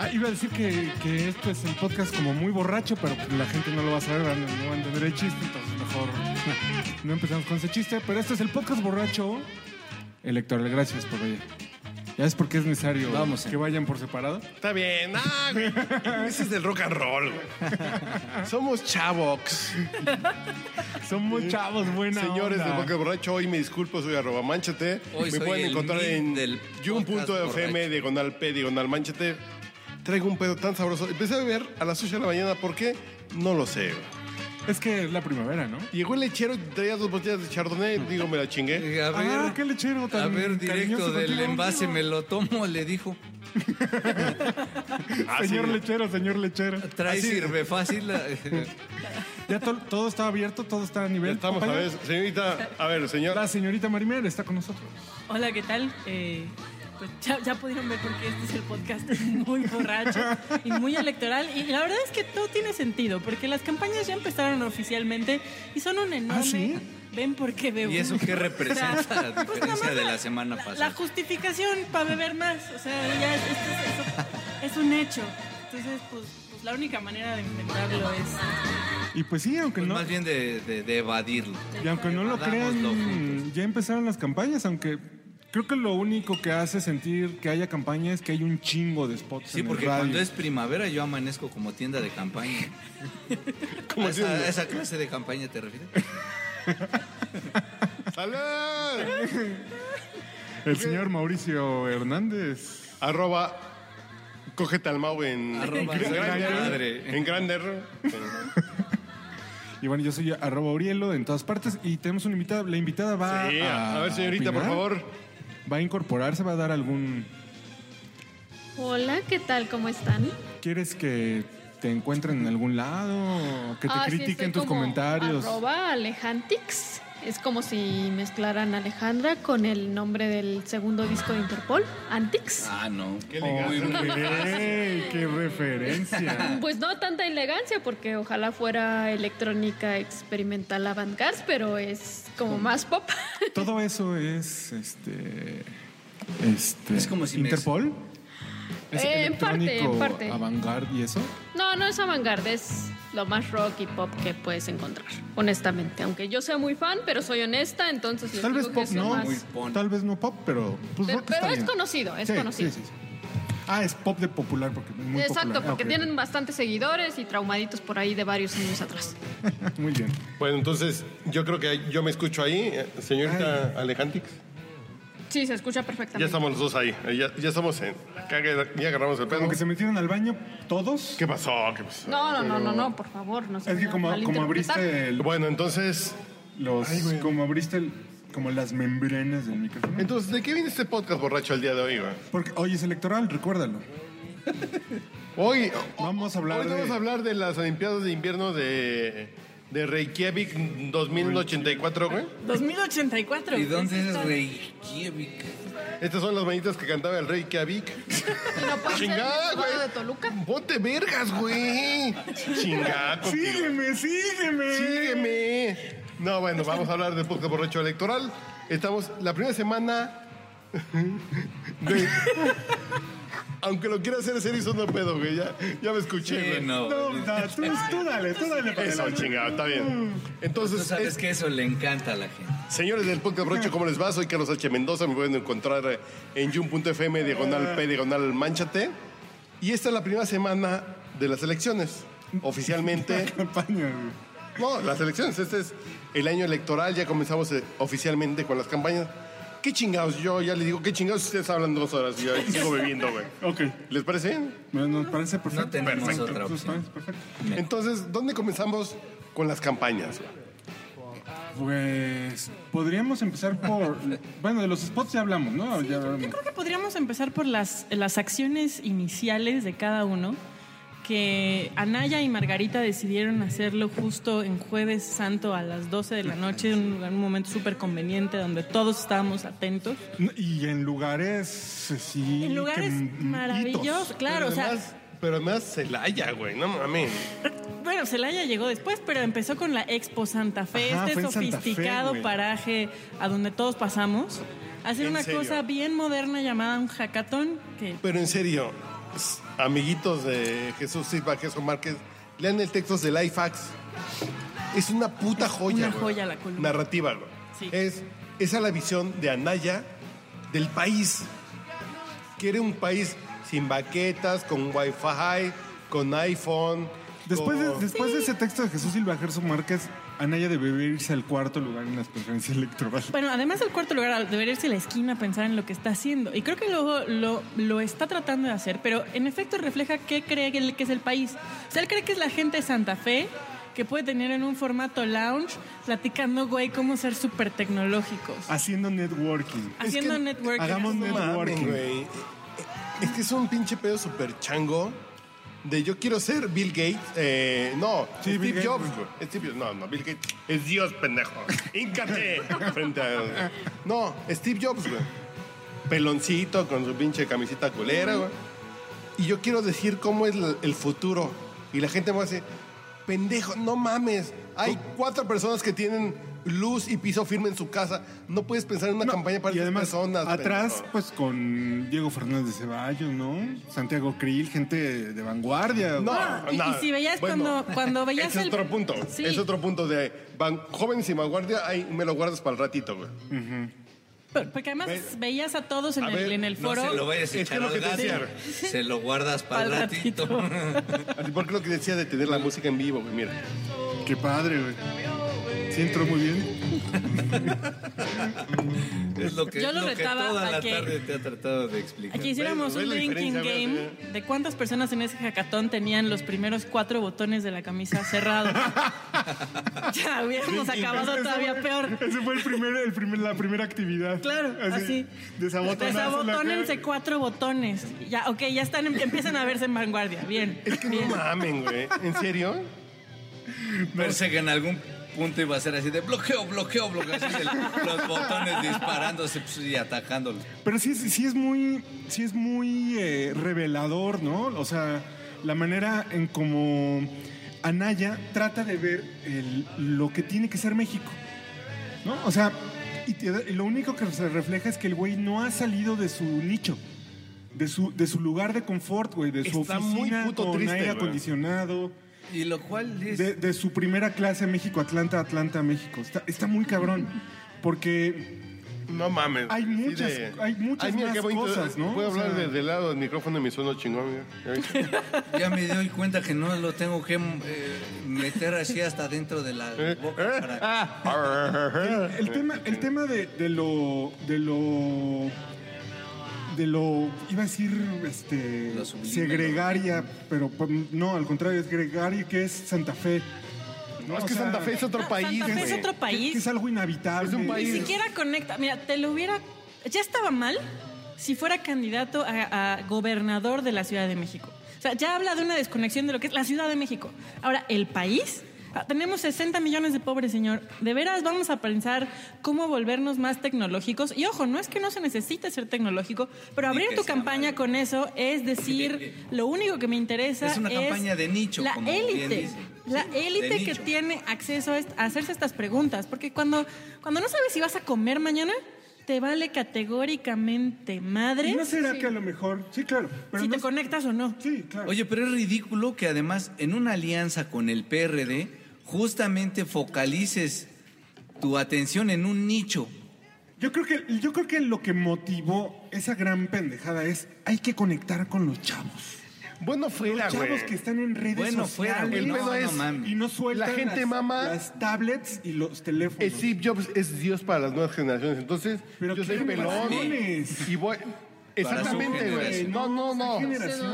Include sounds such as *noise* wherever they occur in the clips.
Ah, iba a decir que, que este es el podcast como muy borracho, pero pues la gente no lo va a saber, van- no va a entender el chiste, entonces mejor *laughs* no empezamos con ese chiste. Pero este es el podcast borracho electoral. Gracias por venir. Ya es porque es necesario Vamos, eh. que vayan por separado. Está bien, ah, güey. Ese es del rock and roll. güey. Somos chavox. Son muy chavos, buena Señores onda. del Boca Borracho, hoy me disculpo, soy arroba manchete. Hoy me soy pueden el encontrar mid en del podcast yun.fm, borracho. diagonal P, diagonal manchete. Traigo un pedo tan sabroso. Empecé a beber a las 8 de la mañana, ¿por qué? No lo sé. güey. Es que es la primavera, ¿no? Llegó el lechero y traía dos botellas de chardonnay, digo, me la chingué. Eh, A ver, Ah, qué lechero tan a ver cariñoso directo del contigo. envase me lo tomo, le dijo. Señor Ah, sí. lechero, señor lechero. Trae Así- sirve fácil. *laughs* la- Ya to- todo está abierto, todo está a Ya nivel. estamos, a ver, señorita, a ver, señor. La señorita Marimer está con nosotros. Hola, ¿qué tal? Eh, pues ya, ya pudieron ver por qué este es el podcast *laughs* muy borracho y muy electoral. Y la verdad es que todo tiene sentido, porque las campañas ya empezaron oficialmente y son un enorme... ¿Ah, sí? Ven por qué bebo. ¿Y eso qué representa, *laughs* O sea, a pues diferencia nada más de la semana pasada? La justificación para beber más. O sea, ya es, esto es- es un hecho. Entonces, pues, pues la única manera de inventarlo es... Y pues sí, aunque Pues no. Más bien de, de- de evadirlo. Y aunque no lo Hagámoslo crean, juntos. ya empezaron las campañas, aunque creo que lo único que hace sentir que haya campaña es que hay un chingo de spots. Sí, en el porque radio. cuando es primavera yo amanezco como tienda de campaña. ¿Cómo ¿A se dice? esa, a esa clase de campaña te refieres? ¡Salud! El señor Mauricio Hernández. Arroba cógete al Mau en, Arroba en soy Grindr, padre. En Grindr. Y bueno, yo soy arroba Urielo en todas partes y tenemos una invitada. La invitada va Sí, a, a ver, señorita, por opinar, favor. Va a incorporarse, va a dar algún... Hola, ¿qué tal? ¿Cómo están? ¿Quieres que te encuentren en algún lado? ¿O Que te Ah, sí, critiquen estoy tus como comentarios. Arroba Alejantix. Es como si mezclaran Alejandra con el nombre del segundo disco de Interpol, Antix. Ah, no. Qué Oye, elegante. ¡Qué *laughs* referencia! Pues no tanta elegancia, porque ojalá fuera electrónica experimental avant-garde, pero es como más pop. *laughs* Todo eso es este. Este. Es como si me- Interpol. Eh, en parte, en electrónico, parte. avant-garde y eso. No, no es avant-garde, es lo más rock y pop que puedes encontrar, honestamente. Aunque yo sea muy fan, pero soy honesta, entonces les Tal vez digo que pop es lo no. más- muy pon. Tal vez no pop, pero. pues, Pero, rock pero está es bien. conocido, es Sí, conocido. sí, sí, sí. Ah, es pop de popular porque es muy Exacto, popular. Ah, porque ok. tienen bastantes seguidores y traumaditos por ahí de varios años atrás. *laughs* Muy bien. Bueno, Pues, entonces yo creo que yo me escucho ahí, eh, señorita Alejantix. Sí, se escucha Ya perfectamente. estamos los dos ahí. eh, Ya, ya estamos en. acá que- Ya agarramos el pedo. Como que se metieron al baño todos. ¿Qué pasó? ¿Qué pasó? No, no, no, no, no, por favor, no se Es que vayan a como, como malinterpretar. abriste el- Bueno, entonces. los. como abriste el- como las membranas del micrófono. Entonces, ¿de qué viene este podcast borracho el día de hoy, güey? Porque hoy es electoral, recuérdalo. Hoy. Vamos a hablar oh, hoy de- vamos a hablar de las Olimpiadas de Invierno de. De Reykjavik 2084, güey. 2084. ¿Y dónde pues, es Reykjavik? Estas son las manitas que cantaba el Reykjavik. Y no puede ser el Chingada, Instituto güey. de Toluca. Ponte vergas, güey. Chingada. Sígueme, sígueme. Sígueme. No, bueno, vamos a hablar del podcast borracho electoral. Estamos la primera semana. *laughs* de- Aunque lo quiera hacer serio, no pedo, güey. Ya, ya me escuché, Sí, güey. no. No, no, tú, tú dale, tú dale. para Eso, adelante. chingado, está bien. Tú Entonces, sabes es- que eso le encanta a la gente. señores del podcast borracho, ¿cómo les va? Soy Carlos H. Mendoza. Me pueden encontrar eh, en yun.fm, diagonal P, diagonal manchate. Y esta es la primera semana de las elecciones. Oficialmente. *laughs* Campaña, güey. No, las elecciones. Este es el año electoral. Ya comenzamos eh, oficialmente con las campañas. ¿Qué chingados? Yo ya le digo, ¿qué chingados ustedes hablan dos horas? Y yo sigo bebiendo, güey. Ok. ¿Les parece bien? Bueno, nos parece perfecto. No tenemos Perfecto. otra Nos opción. parece perfecto. Entonces, ¿dónde comenzamos con las campañas? güey? Pues podríamos empezar por. *laughs* bueno, de los spots ya hablamos, ¿no? ya hablamos. Yo creo que podríamos empezar por las, las acciones iniciales de cada uno, que Anaya y Margarita decidieron hacerlo justo en jueves santo a las 12 de la noche, en un, lugar- un momento súper conveniente donde todos estábamos atentos. No, Y en lugares así. En lugares que- maravillosos, claro, Pero o sea, además- Pero además Celaya, güey, no mames. Bueno, Celaya llegó después, pero empezó con la Expo Santa Fe, Ajá, este fue en Santa Fe, sofisticado güey. paraje a donde todos pasamos. Hacer En una serio. cosa bien moderna llamada un hackathon, que Pero en serio, s- amiguitos de Jesús Silva, Jesús Márquez, lean el texto del IFAX. Es una puta joya. una güey. joya la columna. Narrativa, güey. Sí. Es, esa es la visión de Anaya del país. Quiere un país sin baquetas, con wifi, con iPhone. Después, de, con- después de ese texto de Jesús Silva Gerson Márquez, Anaya debería irse al cuarto lugar en las preferencias electorales. Bueno, además del cuarto lugar, debería irse a la esquina a pensar en lo que está haciendo. Y creo que lo, lo, lo está tratando de hacer, pero en efecto refleja qué cree que el- que es el país. O sea, él cree que es la gente de Santa Fe, que puede tener en un formato lounge, platicando, güey, cómo ser súper tecnológicos. Haciendo networking. Es que Haciendo networking. Ah, hagamos No mames, networking. güey. Es que es un pinche pedo super chango de yo quiero ser Bill Gates. Eh, no, Sí, Steve Bill Gates. Jobs. güey. Steve Jobs. No, no, Bill Gates es Dios, pendejo. *laughs* Híncate frente a... No, Steve Jobs, güey. Peloncito con su pinche camiseta culera, güey. Y yo quiero decir cómo es la- el futuro. Y la gente me hace, pendejo, no mames. Hay cuatro personas que tienen luz y piso firme en su casa. No puedes pensar en una No, campaña para y esas además, personas. atrás, pendejo". pues con Diego Fernández de Ceballos, ¿no? Santiago Krill, gente de vanguardia. No, güey. y- y si veías cuando- cuando veías ese es el- otro punto. Sí. Es otro punto de van, jóvenes y vanguardia, ahí me lo guardas para el ratito, güey. Por- Porque además veías a todos en, A el, ver, en el No foro. se lo vayas a Es que echar lo que al te gato. decía. Se lo guardas para el Pa'l ratito. *laughs* Así porque lo que decía de tener la música en vivo, güey, mira. Qué padre, güey. Sí, entró muy bien. Es lo que, Yo lo lo que retaba toda a la que- tarde te ha tratado de explicar. Aquí hiciéramos Ve- ve un la drinking diferencia, ve la game diferencia. de cuántas personas en ese jacatón tenían los primeros cuatro botones de la camisa *laughs* cerrados. ya hubiéramos acabado Ese todavía fue- peor. Ese fue el primer, el primer, la primera actividad. Claro, así. Desabotonazo la Desabotónense cara. cuatro botones. Ya, ok, ya están, em- empiezan a verse en vanguardia. Bien. Es que no bien. mamen, güey. ¿En serio? Parece que en algún punto iba a ser así de bloqueo, bloqueo, bloqueo. así de los botones disparándose pues, y atacándolo. Pero sí, es- sí es muy, sí es muy eh, revelador, ¿no? O sea, la manera en como Anaya trata de ver el- lo que tiene que ser México, ¿no? O sea, y te- y lo único que se refleja es que el güey no ha salido de su nicho. De su, de su lugar de confort, güey, de su Está muy oficina puto con triste, aire güey. acondicionado, Y lo cual es. de, de su primera clase México-Atlanta, Atlanta-México. Está, está muy cabrón, porque No mames. Hay Así muchas- hay muchas Ay, mira, más qué bonito. cosas, ¿no? Puedo O sea- hablar desde del lado del micrófono y me suena chingón, güey. ¿Ya viste? Ya me doy cuenta que no lo tengo que eh, meter así hasta dentro de la Eh, boca. para- Ah. El tema, el tema de, de lo. de lo. de lo. iba a decir. este. Lo sublime, segregaria, pero pues, no, al contrario, es gregaria, que es Santa Fe. No, es O que sea, Santa Fe es otro No, país, Santa Fe es güey. otro que- país. que es algo inhabitable. Es un Ni país. siquiera conecta. Mira, te lo hubiera. Ya estaba mal si fuera candidato a, a gobernador de la Ciudad de México. O sea, ya habla de una desconexión de lo que es la Ciudad de México. Ahora, el país. Ah, Tenemos 60 millones de pobres, señor. De veras vamos a pensar cómo volvernos más tecnológicos. Y ojo, no es que no se necesite ser tecnológico, pero Ni abrir que tu sea campaña malo. con eso es decir, *laughs* lo único que me interesa Es una campaña de nicho, La como bien élite. dice. La Sí, de élite que nicho. tiene tiene acceso a, est- a hacerse estas preguntas, porque cuando, cuando no sabes si vas a comer mañana, te vale categóricamente ¿Y madre no será que a lo mejor. Sí, claro. Pero si no- te conectas o no. Sí, claro. Oye, pero es ridículo que además en una alianza con el PRD justamente focalices tu atención en un nicho. Yo creo que, yo creo que lo que motivó esa gran pendejada es hay que conectar con los chavos. Bueno fuera, Los chavos güey. que están en redes Bueno, sociales. fuera, güey. El No, pedo es- no mames. Y no sueltan La gente las, mama- las tablets y los teléfonos. Eh, Steve Jobs es Dios para las nuevas generaciones. Entonces, Pero yo qué soy pelón. generaciones. Y voy. Exactamente, güey. generación. No, no, Qué no. Sí, no,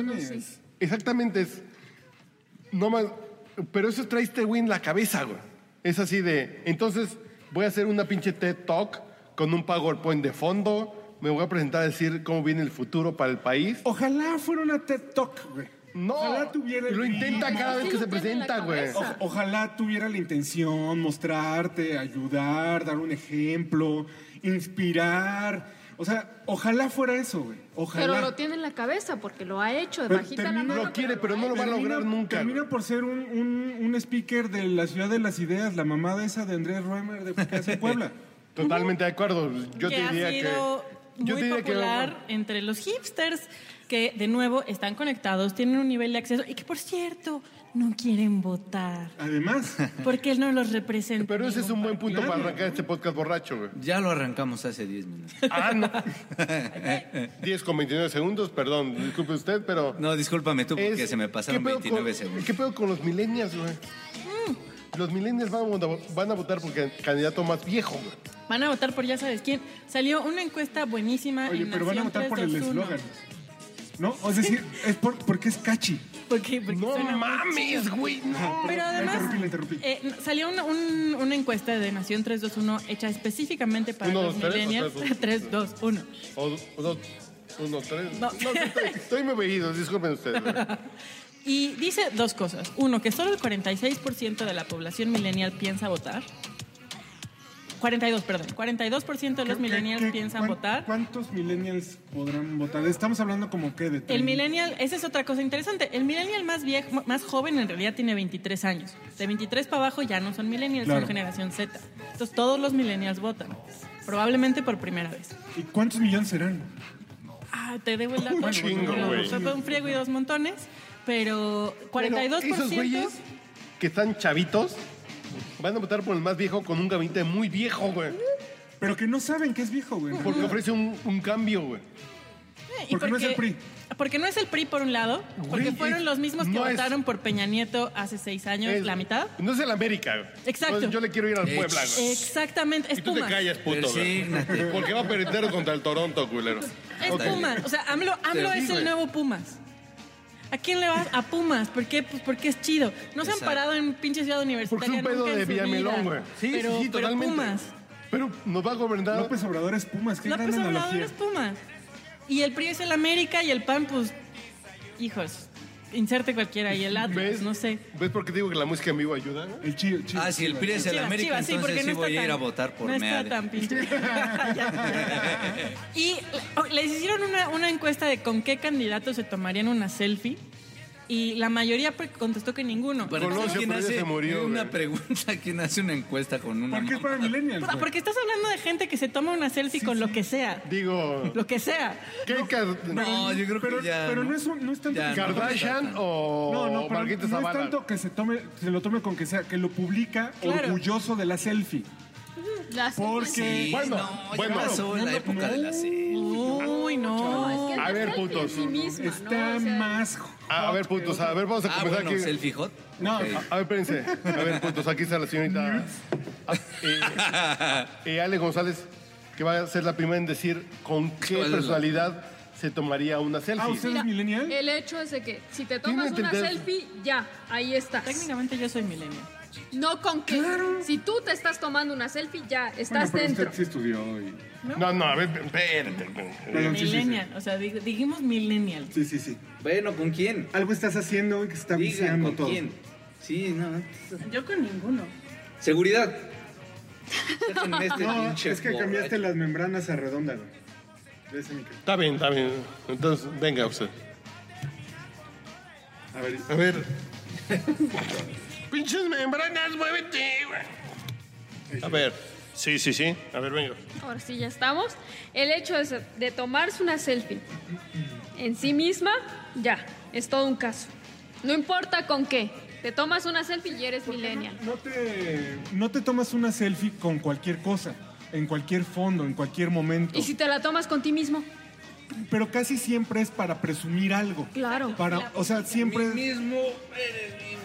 no, generaciones. sí. Exactamente es. No más. Pero eso traiste, güey, en la cabeza, güey. Es así de. Entonces, voy a hacer una pinche TED Talk con un PowerPoint de fondo. Me voy a presentar a decir cómo viene el futuro para el país. Ojalá fuera una TED Talk, güey. No. Ojalá tuviera el Lo intenta ritmo. cada vez Sí que lo se tiene en la presenta, güey. cabeza. O- ojalá tuviera la intención, mostrarte, ayudar, dar un ejemplo, inspirar. O sea, ojalá fuera eso, güey. Ojalá. Pero lo tiene en la cabeza porque lo ha hecho de Pero bajita la termina- mano. Lo quiere, pero no lo va a Termina- lograr nunca. güey. Termina por ser un, un- un speaker de la ciudad de las ideas, la mamada esa de Andrés Roemer de que hace *laughs* Puebla. Totalmente de acuerdo. Yo que te ha diría sido que. Yo muy te diría popular entre los hipsters que de nuevo están conectados, tienen un nivel de acceso y que por cierto no quieren votar Además, porque él no los representa. que. Pero ese es un buen punto para Claro. arrancar este podcast borracho, güey. Ya lo arrancamos hace 10 minutos. Ah, *laughs* no. 10 con 29 segundos, perdón, disculpe usted, pero. No, discúlpame tú porque es- se me pasaron ¿qué pedo 29 con- segundos. Mm. ¿Qué pedo con los millennials, güey? Los millennials van a, vota- van a votar por can- candidato más viejo, güey. Van a votar por ya sabes quién. Salió una encuesta buenísima. oye, Ah, en pero van a Nación votar por el 321. eslogan. ¿No? O es decir, es por, porque es catchy. ¿Por qué? Porque No suena muy mames, güey. No. Pero La además, interrumpí, la interrumpí. eh, n- salió una, un- una encuesta de Nación 321 hecha específicamente para Uno, los dos, tres, o millennials. tres, *laughs* dos. 3, 2, 1. O, o dos, uno, tres. No. No, sí, estoy, estoy muy bebido, disculpen ustedes. *laughs* güey. Y dice dos cosas. Uno, que solo el 46% de la población millennial piensa votar. 42, perdón. 42% de los ¿Qué- millennials qué- qué- piensan cuán- votar. ¿Cuántos millennials podrán votar? Estamos hablando como que de... El 30. millennial, esa es otra cosa interesante. El millennial más viejo, más joven en realidad tiene 23 años. De 23 para abajo ya no son millennials, Claro. son generación Z. Entonces todos los millennials votan, probablemente por primera vez. ¿Y cuántos millones serán? Ah, te debo el dato. Un chingo, Bueno, güey. Fue un friego y dos montones, pero 42%. Pero Esos güeyes que están chavitos van a votar por el más viejo con un gabinete muy viejo, güey. Pero que no saben que es viejo, güey. Porque ofrece un, un cambio, güey. Eh, y Porque no es el PRI. Porque no es el PRI, por un lado, porque Ah, Güey, fueron es- los mismos que no es- votaron por Peña Nieto hace seis años, Es- la mitad. No es el América, güey. Exacto. Entonces, yo le quiero ir al Eh, Puebla, güey. Exactamente, es Y tú te Pumas. callas, puto, güey. Persígnate. Porque va perder contra el Toronto, culero. Es Ok. Pumas, o sea, AMLO, AMLO Te es digo, el eh. nuevo Pumas. ¿A quién le vas? A Pumas. ¿Por qué? Pues porque es chido. No se han Exacto. parado en pinche ciudad Porque es universitaria un pedo nunca en de su Villamelón, vida. güey. Sí, pero, sí, sí, pero totalmente. Pumas. Pero nos va a gobernar. López Obrador es Pumas, qué López gran Obrador analogía. es Pumas. Y el PRI es el América y el PAN, pues, hijos, inserte cualquiera y el Atlas, ¿Ves? no sé. ¿Ves por qué digo que la música en vivo ayuda? güey? El chido, chido. Ah, si el PRI *laughs* es el Chivas, América, Chivas, sí, porque entonces sí no voy está a ir a tan- votar por No está Meade. tan *laughs* pinche. *laughs* y oh, les hicieron una, una encuesta de con qué candidatos se tomarían una selfie y la mayoría pues, contestó que ninguno. Para Colosio, empezar, ¿quién pero ya hace se murió, una güey. pregunta, ¿quién hace una encuesta con una Porque es mamá? para millennials, Por- güey. Porque estás hablando de gente que se toma una selfie con lo que sea. Digo, Lo que sea. ¿qué car- No, yo creo Pero, que ya. pero no es, un- no es tanto... Ya, que- no. Kardashian o No, no, pero Margarita no es Zavala? tanto que se tome, se lo tome con que sea, que lo publica Claro. orgulloso de la selfie. La Porque- Sí, Bueno, no, ya bueno. pasó No, la no, época de la no. serie. Uy, No, no. es que A la ver, selfie putos. en sí misma, Está Ah, ¿no? O sea, más... Ah, A, a ver, putos, a ver, vamos a Ah, comenzar bueno, aquí. selfie hot. *laughs* No, Ok. A ver, espérense. A ver, putos, aquí está la señorita. Ah, eh, eh, Ale González, que va a ser la primera en decir con qué ¿Cuál es la- personalidad se tomaría una Ah, selfie. ¿usted es millennial? El hecho es de que si te tomas Tiene una tendez- selfie, ya, ahí estás. Técnicamente yo soy millennial. No con que. Claro. Si tú te estás tomando una selfie, ya Bueno, estás pero dentro. usted sí estudió y... No, no, a ver, espérate. Perdón, sí, sí, sí. Millennial. O sea, di- dijimos millennial. Sí, sí, sí. Bueno, ¿con quién? Algo estás haciendo que se está Digan, viciando ¿con todo. quién? Sí, no. Yo con ninguno. Seguridad. *laughs* Déjenme este No, pinche es que borracho. cambiaste las membranas a redonda, güey. De ese micro. Está bien, está bien. Entonces, venga usted. A ver, A ver. Pinches membranas, muévete, güey. A ver. Sí, sí, sí. A ver, venga. Ahora sí, ya estamos. El hecho es de tomarse una selfie en sí misma, ya, es todo un caso. No importa con qué. Te tomas una selfie y eres millennial. no te, no te tomas una selfie con cualquier cosa, en cualquier fondo, en cualquier momento. ¿Y si te la tomas con ti mismo? pero casi siempre es para presumir algo. Claro. Para, o sea, Mí siempre mismo eres bien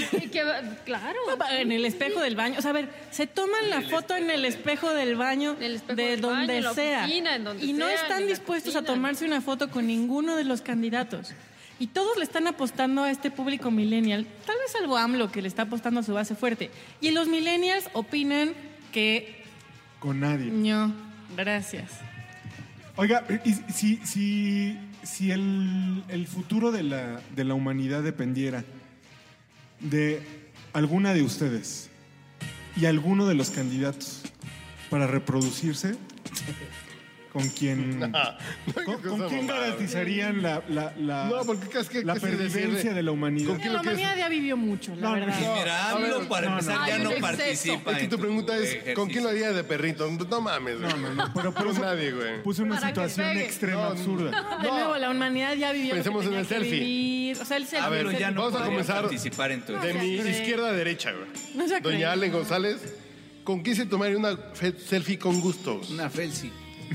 pinche. Y que, claro. En el espejo del baño. O sea, a ver, se toman la foto en el espejo del baño En el espejo de del baño, donde en la sea. oficina, en donde y no sea, en están la dispuestos a cocina. tomarse una foto con ninguno de los candidatos. Y todos le están apostando a este público millennial, tal vez salvo AMLO, que le está apostando a su base fuerte. Y los millennials opinan que con nadie. no, gracias. Oiga, y si, si, si el, el futuro de la, de la humanidad dependiera de alguna de ustedes y alguno de los candidatos para reproducirse, ¿con *laughs* quién, con, qué con cosa quién mamada, garantizarían la, la, la, No, porque es que- la que se pervivencia desvive. de la humanidad? ¿Con quién La lo quieres? humanidad ya vivió mucho, la No, verdad. no. Mira, a ver, hablo para no, empezar, no. ya Ay, no un exceso. participa. Es que en tu pregunta es, ejercicio. ¿con quién lo haría de perrito? No mames, güey. No, no, no, pero por *laughs* Con eso nadie, güey. Puse una Para que situación pegue. extrema No, absurda. De nuevo, la humanidad ya vivió. lo que Pensemos en tenía el que selfie. vivir. O sea, el selfie. A ver, el ya no Vamos a podría comenzar. participar en tu De mi izquierda a derecha, güey. No se cree. Doña Allen González, ¿con quién se tomaría una fe- selfie con gusto? Una Felsi.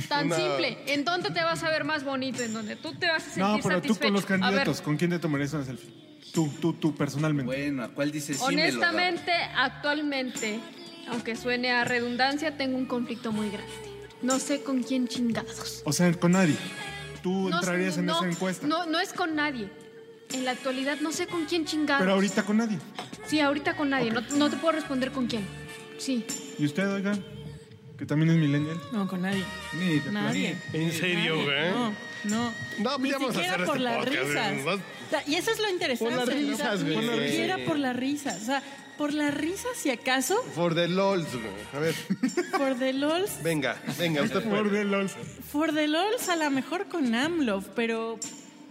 Tan Una- simple. ¿En dónde te vas a ver más bonito? En donde tú te vas a sentir No, pero tú satisfecho. con los A ver, candidatos, ¿con quién te tomarías una selfie? Tú, tú, tú, personalmente. Bueno, ¿a cuál dices sí me lo daba? honestamente, actualmente, aunque suene a redundancia, tengo un conflicto muy grande. No sé con quién chingados. O sea, con nadie. Tú No- entrarías en no, esa encuesta. No, no es con nadie. En la actualidad no sé con quién chingados. Pero ahorita con nadie. Sí, ahorita con nadie. No, no te puedo responder con quién. Sí. ¿Y usted, oiga? Que también es millennial. No, con nadie. Mira, Nadie. ¿En serio, Nadie. güey? No, no. No, Ni ya vamos a siquiera hacer por este las podcast, risas. ¿verdad? O sea, y eso es lo interesante. Por las ¿no? risas, Ni güey. siquiera por las risas. O sea, por las risas, si acaso, For the lols, güey. A ver, por the lols. venga, venga, usted pues, Por puede. de LOL. For the lols, a lo mejor con AMLO, pero.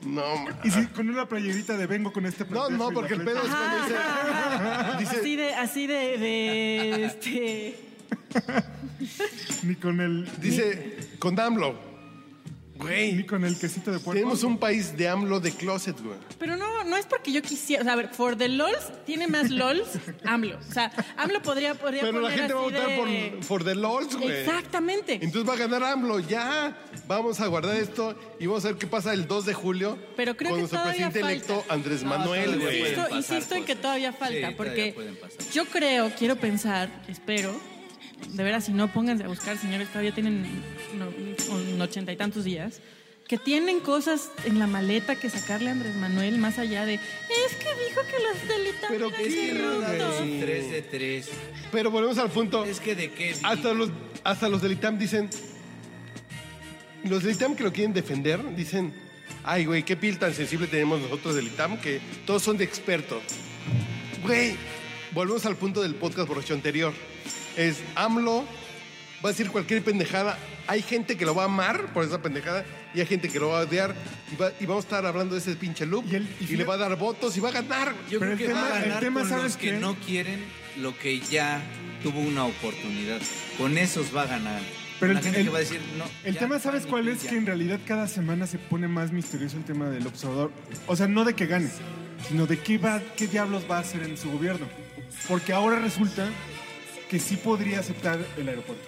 No, ma- Y si con una playerita de vengo con este no, pendejo y no, la porque el playa- pedo es cuando dice... ah, Así de. Así de. de, este. Ni con el. Dice, con AMLO. Ni Güey, con el quesito de puerco. tenemos un país de AMLO de closet, güey. Pero no, no es porque yo quisiera. O sea, a ver, for the lols tiene más lols AMLO. O sea, AMLO podría, podría Pero la poner gente va a así votar de- por, for the lols, güey. Exactamente. Entonces va a ganar AMLO, ya. Vamos a guardar esto y vamos a ver qué pasa el 2 de julio Pero creo con que nuestro todavía presidente falta. electo Andrés No, Manuel, todavía güey. pueden Insisto, pasar insisto en que cosas. todavía falta, Sí, todavía porque pueden pasar. yo creo, quiero pensar, espero, de veras, si no, pónganse a buscar, señores, todavía tienen no- un ochenta y tantos días, que tienen cosas en la maleta que sacarle a Andrés Manuel, más allá de, es que dijo que los delitos Pero eran Es que de no rudo". es un 3 de 3. Pero volvemos al punto. Es que de qué vi- Hasta los, hasta los del ITAM dicen. Los del ITAM que lo quieren defender dicen. Ay, güey, qué piel tan sensible tenemos nosotros del ITAM que todos son de expertos. Güey, volvemos al punto del podcast borracho anterior. Es AMLO, va a decir cualquier pendejada. Hay gente que lo va a amar por esa pendejada y hay gente que lo va a odiar. Y, va- y vamos a estar hablando de ese pinche loop. Y Y, él- y fíjate- le va a dar votos y va a ganar. Yo Pero creo el que tema- va a el ganar tema, con ¿sabes los que qué? no quieren lo que ya tuvo una oportunidad. Con esos va a ganar. Pero la el- gente el- que va a decir, no. El ya, tema, ¿sabes pánico, cuál es? ya. Que en realidad cada semana se pone más misterioso el tema del observador. O sea, no de que gane, sino de qué, va, qué diablos va a hacer en su gobierno. Porque ahora resulta que sí podría aceptar el aeropuerto.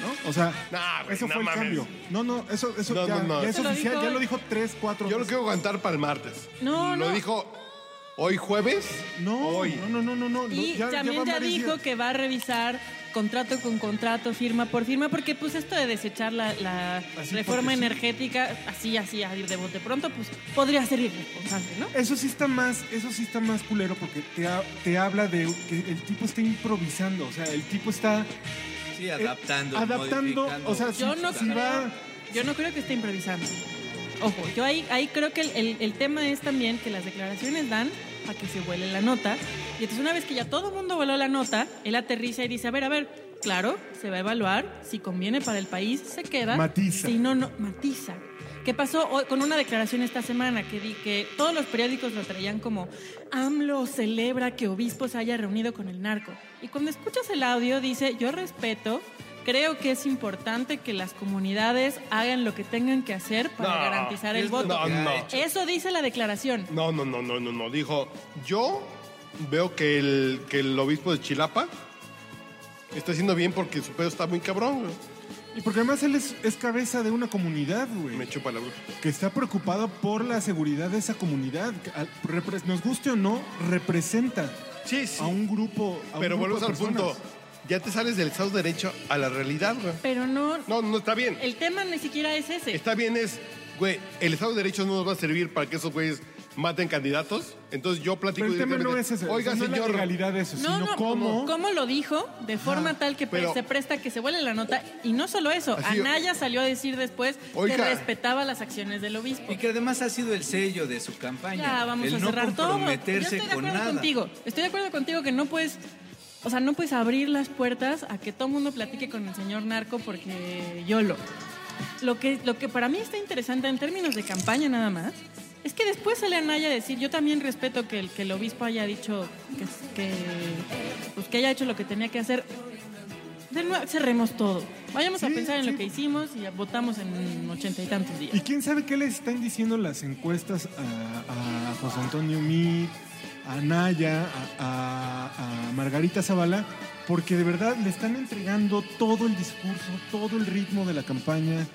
¿No? O sea, Nah, güey, eso no fue el mames. cambio. No, no, eso, eso No, ya, no, no. ya es Se lo oficial, dijo ya hoy. lo dijo tres, cuatro Yo lo veces. quiero aguantar para el martes. No, Lo no. dijo hoy jueves. No, Hoy. no, no, no, no, no. Y también van ya, varios dijo días. que va a revisar contrato con contrato, firma por firma, porque pues esto de desechar la, la Así reforma porque sí. energética, así, así, a ir de bote pronto, pues podría ser irresponsable, ¿no? Eso sí está más, eso sí está más culero porque te, ha- te habla de que el tipo está improvisando, o sea, el tipo está Sí, adaptando. Eh, adaptando, modificando. o sea, sí, Yo no, sí creo, va- yo no creo que esté improvisando. Ojo, yo ahí, ahí creo que el, el- el tema es también que las declaraciones dan para que se vuele la nota. Y entonces una vez que ya todo el mundo voló la nota, él aterriza y dice, a ver, a ver, claro, se va a evaluar, si conviene para el país, se queda. Matiza. Si no, no, matiza. ¿Qué pasó hoy- con una declaración esta semana que di que todos los periódicos lo traían como AMLO celebra que obispo se haya reunido con el narco? Y cuando escuchas el audio dice, yo respeto, creo que es importante que las comunidades hagan lo que tengan que hacer para No, garantizar el es lo voto. No, que ha no. hecho. Eso dice la declaración. No, no, no, no, no, no. Dijo, yo veo que el, que el obispo de Chilapa está haciendo bien porque su pedo está muy cabrón. güey. Y porque además él es, es cabeza de una comunidad, Me güey, chupa la bruja. que está preocupado por la seguridad de esa comunidad. que al- repre- Nos guste o no, representa Sí, sí. a un grupo. a un Pero grupo volvemos de al punto. personas. Ya te sales del Estado Derecho a la realidad, güey. Pero no, No, no está bien. el tema ni siquiera es ese. Está bien es, güey, el Estado de Derecho no nos va a servir para que esos güeyes maten candidatos. Entonces yo platico Pero el tema no es directamente, ese. Oiga, o sea, no es la señor. legalidad de eso, No, sino no, cómo. lo dijo? De forma tal que pre- pero- se presta que se vuele la nota. Y no solo eso, Así- Anaya salió a decir después que Oiga. respetaba las acciones del obispo. Y que además ha sido el sello de su campaña. Ya, vamos el a no cerrar todo. Yo comprometerse estoy de con acuerdo nada. contigo. Estoy de acuerdo contigo que no puedes. O sea, no puedes abrir las puertas a que todo el mundo platique con el señor narco porque yo lo. Lo que, lo que para mí está interesante en términos de campaña nada más es que después sale Anaya a decir, yo también respeto que el, que el obispo haya dicho que, que, pues, que haya hecho lo que tenía que hacer. De nuevo, cerremos todo. Vayamos a Sí, pensar en sí. lo que hicimos y votamos en ochenta y tantos días. ¿Y quién sabe qué le están diciendo las encuestas a, a José Antonio Meade, a Naya, a, a- a Margarita Zavala? Porque de verdad le están entregando todo el discurso, todo el ritmo de la campaña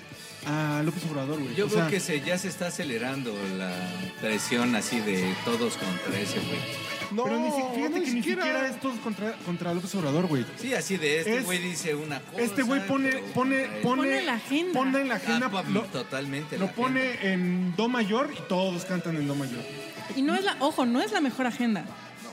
a López Obrador, güey. Yo O creo sea, que se, ya se está acelerando la presión así de todos contra ese güey. No, Pero ni, si- fíjate no, que ni siquiera esto es contra, contra López Obrador, güey. Sí, así de este Es- güey dice una cosa. Este güey pone, pero pone, contra él. pone, Pone en la agenda. Pone en la agenda. Ah, lo, totalmente. lo la pone agenda. en do mayor y todos cantan en do mayor. Y no es la, ojo, no es la mejor agenda.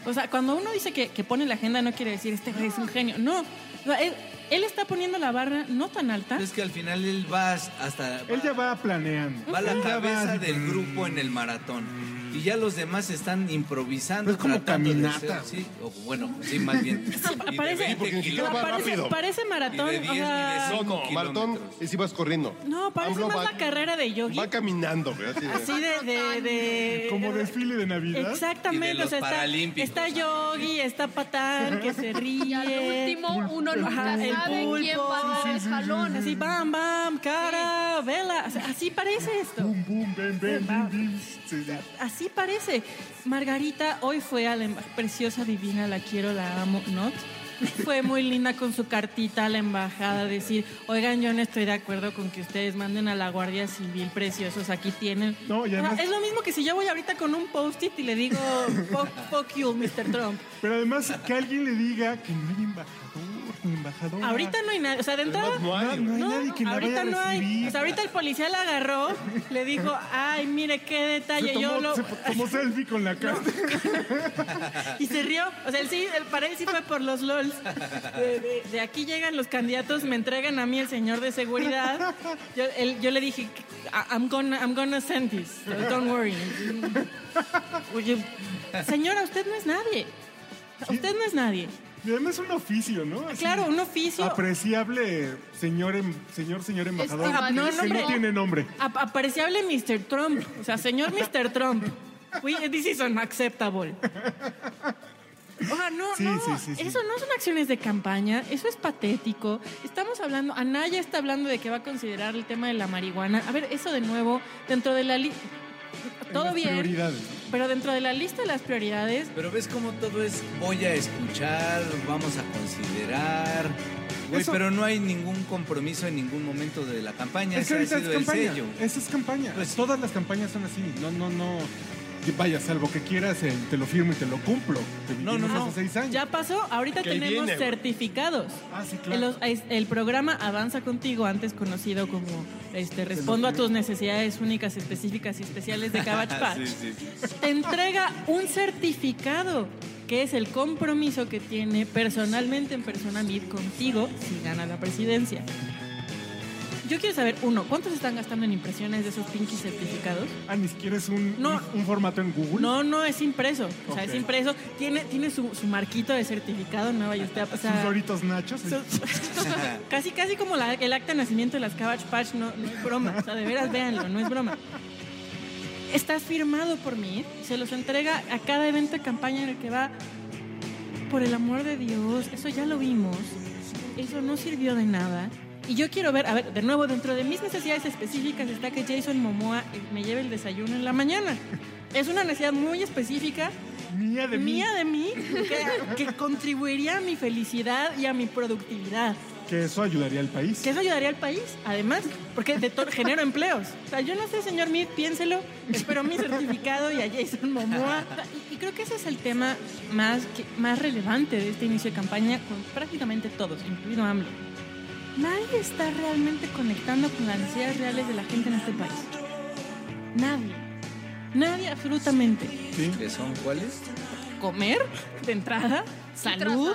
O sea, cuando uno dice que, que pone la agenda, no quiere decir este güey es un genio. No. O sea, él, él está poniendo la barra no tan alta. Es que al final él va hasta. Él ya va planeando. va a la Él ya va cabeza así, del grupo en el maratón. Y ya los demás están improvisando. Es Pues como tratando de caminata. ser- sí, o bueno, sí, más *laughs* bien. Y de parece- 20 porque ni siquiera kilómetros. va parece, rápido. parece maratón. Y de 10 o sea, ni de No, cinco. no, Maratón kilómetros. es ibas corriendo. no, parece AMLO más va- la carrera de yogi. Va caminando, güey. Así, de- Así de. de, de- Como desfile de Navidad. Exactamente. Y de los o sea, está, paralímpicos. está yogi, está patán, que *laughs* se ríe. Y al último, uno nunca Ajá, el sabe quién pulpo. va a dar el jalón. Así, Así, bam, bam, cara, vela. O sea, así parece esto. Boom, boom, ven, ven, bim, bim. Sí, sí. Así parece. Margarita hoy fue a la emba- preciosa, divina, la quiero, la amo, ¿no? Fue muy linda con su cartita a la embajada, decir, oigan, yo no estoy de acuerdo con que ustedes manden a la Guardia Civil, preciosos, aquí tienen. No, y además- Ah, es lo mismo que si yo voy ahorita con un post-it y le digo, fuck, fuck you, Mr. Trump. Pero además, que alguien le diga que no hay embajador, ni embajadora. Ahorita no hay nadie, o sea, de entrada... no hay, No, no hay No, nadie que la ahorita vaya a no hay. recibir. O sea, ahorita el policía la agarró, le dijo, ay, mire qué detalle, se tomó, yo lo... se *laughs* tomó selfie con la carta. Y se rió. O sea, él sí, el, para él sí fue por los LOLs. De, de- de aquí llegan los candidatos, me entregan a mí el señor de seguridad. Yo, él- yo le dije, "I- I'm gonna, I'm gonna send this. so Don't worry. Oye, señora, usted no es nadie. Usted no es nadie. Y además un oficio, ¿no? Así, Claro, un Ah, oficio. Apreciable señor, em- señor, señor embajador. Ah, no, que nombre. no tiene nombre. Ap- Apreciable Mr. Trump. O sea, señor Mr. Trump. We- this is unacceptable. O sea, no, Sí, no, sí, sí, sí. eso no son acciones de campaña, eso es patético. Estamos hablando, Anaya está hablando de que va a considerar el tema de la marihuana. A ver, eso de nuevo, dentro de la lista, En todo las bien, Prioridades. pero dentro de la lista de las prioridades, Pero ves cómo todo es voy a escuchar, vamos a considerar. Güey, Eso- pero no hay ningún compromiso en ningún momento de la campaña. Es que ahorita Ese ha es sido el campaña. sello. Esa es campaña. Pues- Todas las campañas son así. No, no, no. Que Vaya, salvo que quieras, el te lo firmo y te lo cumplo. Te No, no, vivimos no. Hace seis años. ya pasó, ahorita Que ahí tenemos viene, güey. certificados. Ah, sí, El, claro. los- es- el programa Avanza Contigo, antes conocido como este, Respondo a tus necesidades únicas, específicas y especiales de *laughs* Cabach Patch, Sí, sí, sí. te entrega un certificado que es el compromiso que tiene personalmente en persona MID contigo si gana la presidencia. Yo quiero saber, uno, ¿cuánto se están gastando en impresiones de esos pinches certificados? Ah, ni siquiera es un, No. un, un formato en Google. No, no, es impreso. O sea, Ok. es impreso. Tiene, tiene su, su marquito de certificado, no vaya usted a Sus pasar. doritos nachos. So- casi, casi como la- el acta de nacimiento de las Cabbage Patch, no, no es broma. O sea, de veras, véanlo, no es broma. Está firmado por mí, se los entrega a cada evento de campaña en el que va. Por el amor de Dios, eso ya lo vimos. Eso no sirvió de nada. Y yo quiero ver, a ver, de nuevo, dentro de mis necesidades específicas está que Jason Momoa eh, me lleve el desayuno en la mañana. Es una necesidad muy específica Mía de mí. mía de mí que, que contribuiría a mi felicidad y a mi productividad. Que eso ayudaría al país. Que eso ayudaría al país, además, porque de todo genero empleos. O sea, yo no sé, señor Meade, piénselo, espero mi certificado y a Jason Momoa. O sea, y, y creo que ese es el tema más, que, más relevante de este inicio de campaña con prácticamente todos, incluido AMLO. Nadie está realmente conectando con las necesidades reales de la gente en este país. Nadie. Nadie, absolutamente. *laughs* ¿Que son cuáles? Comer, de entrada, Salud. salud.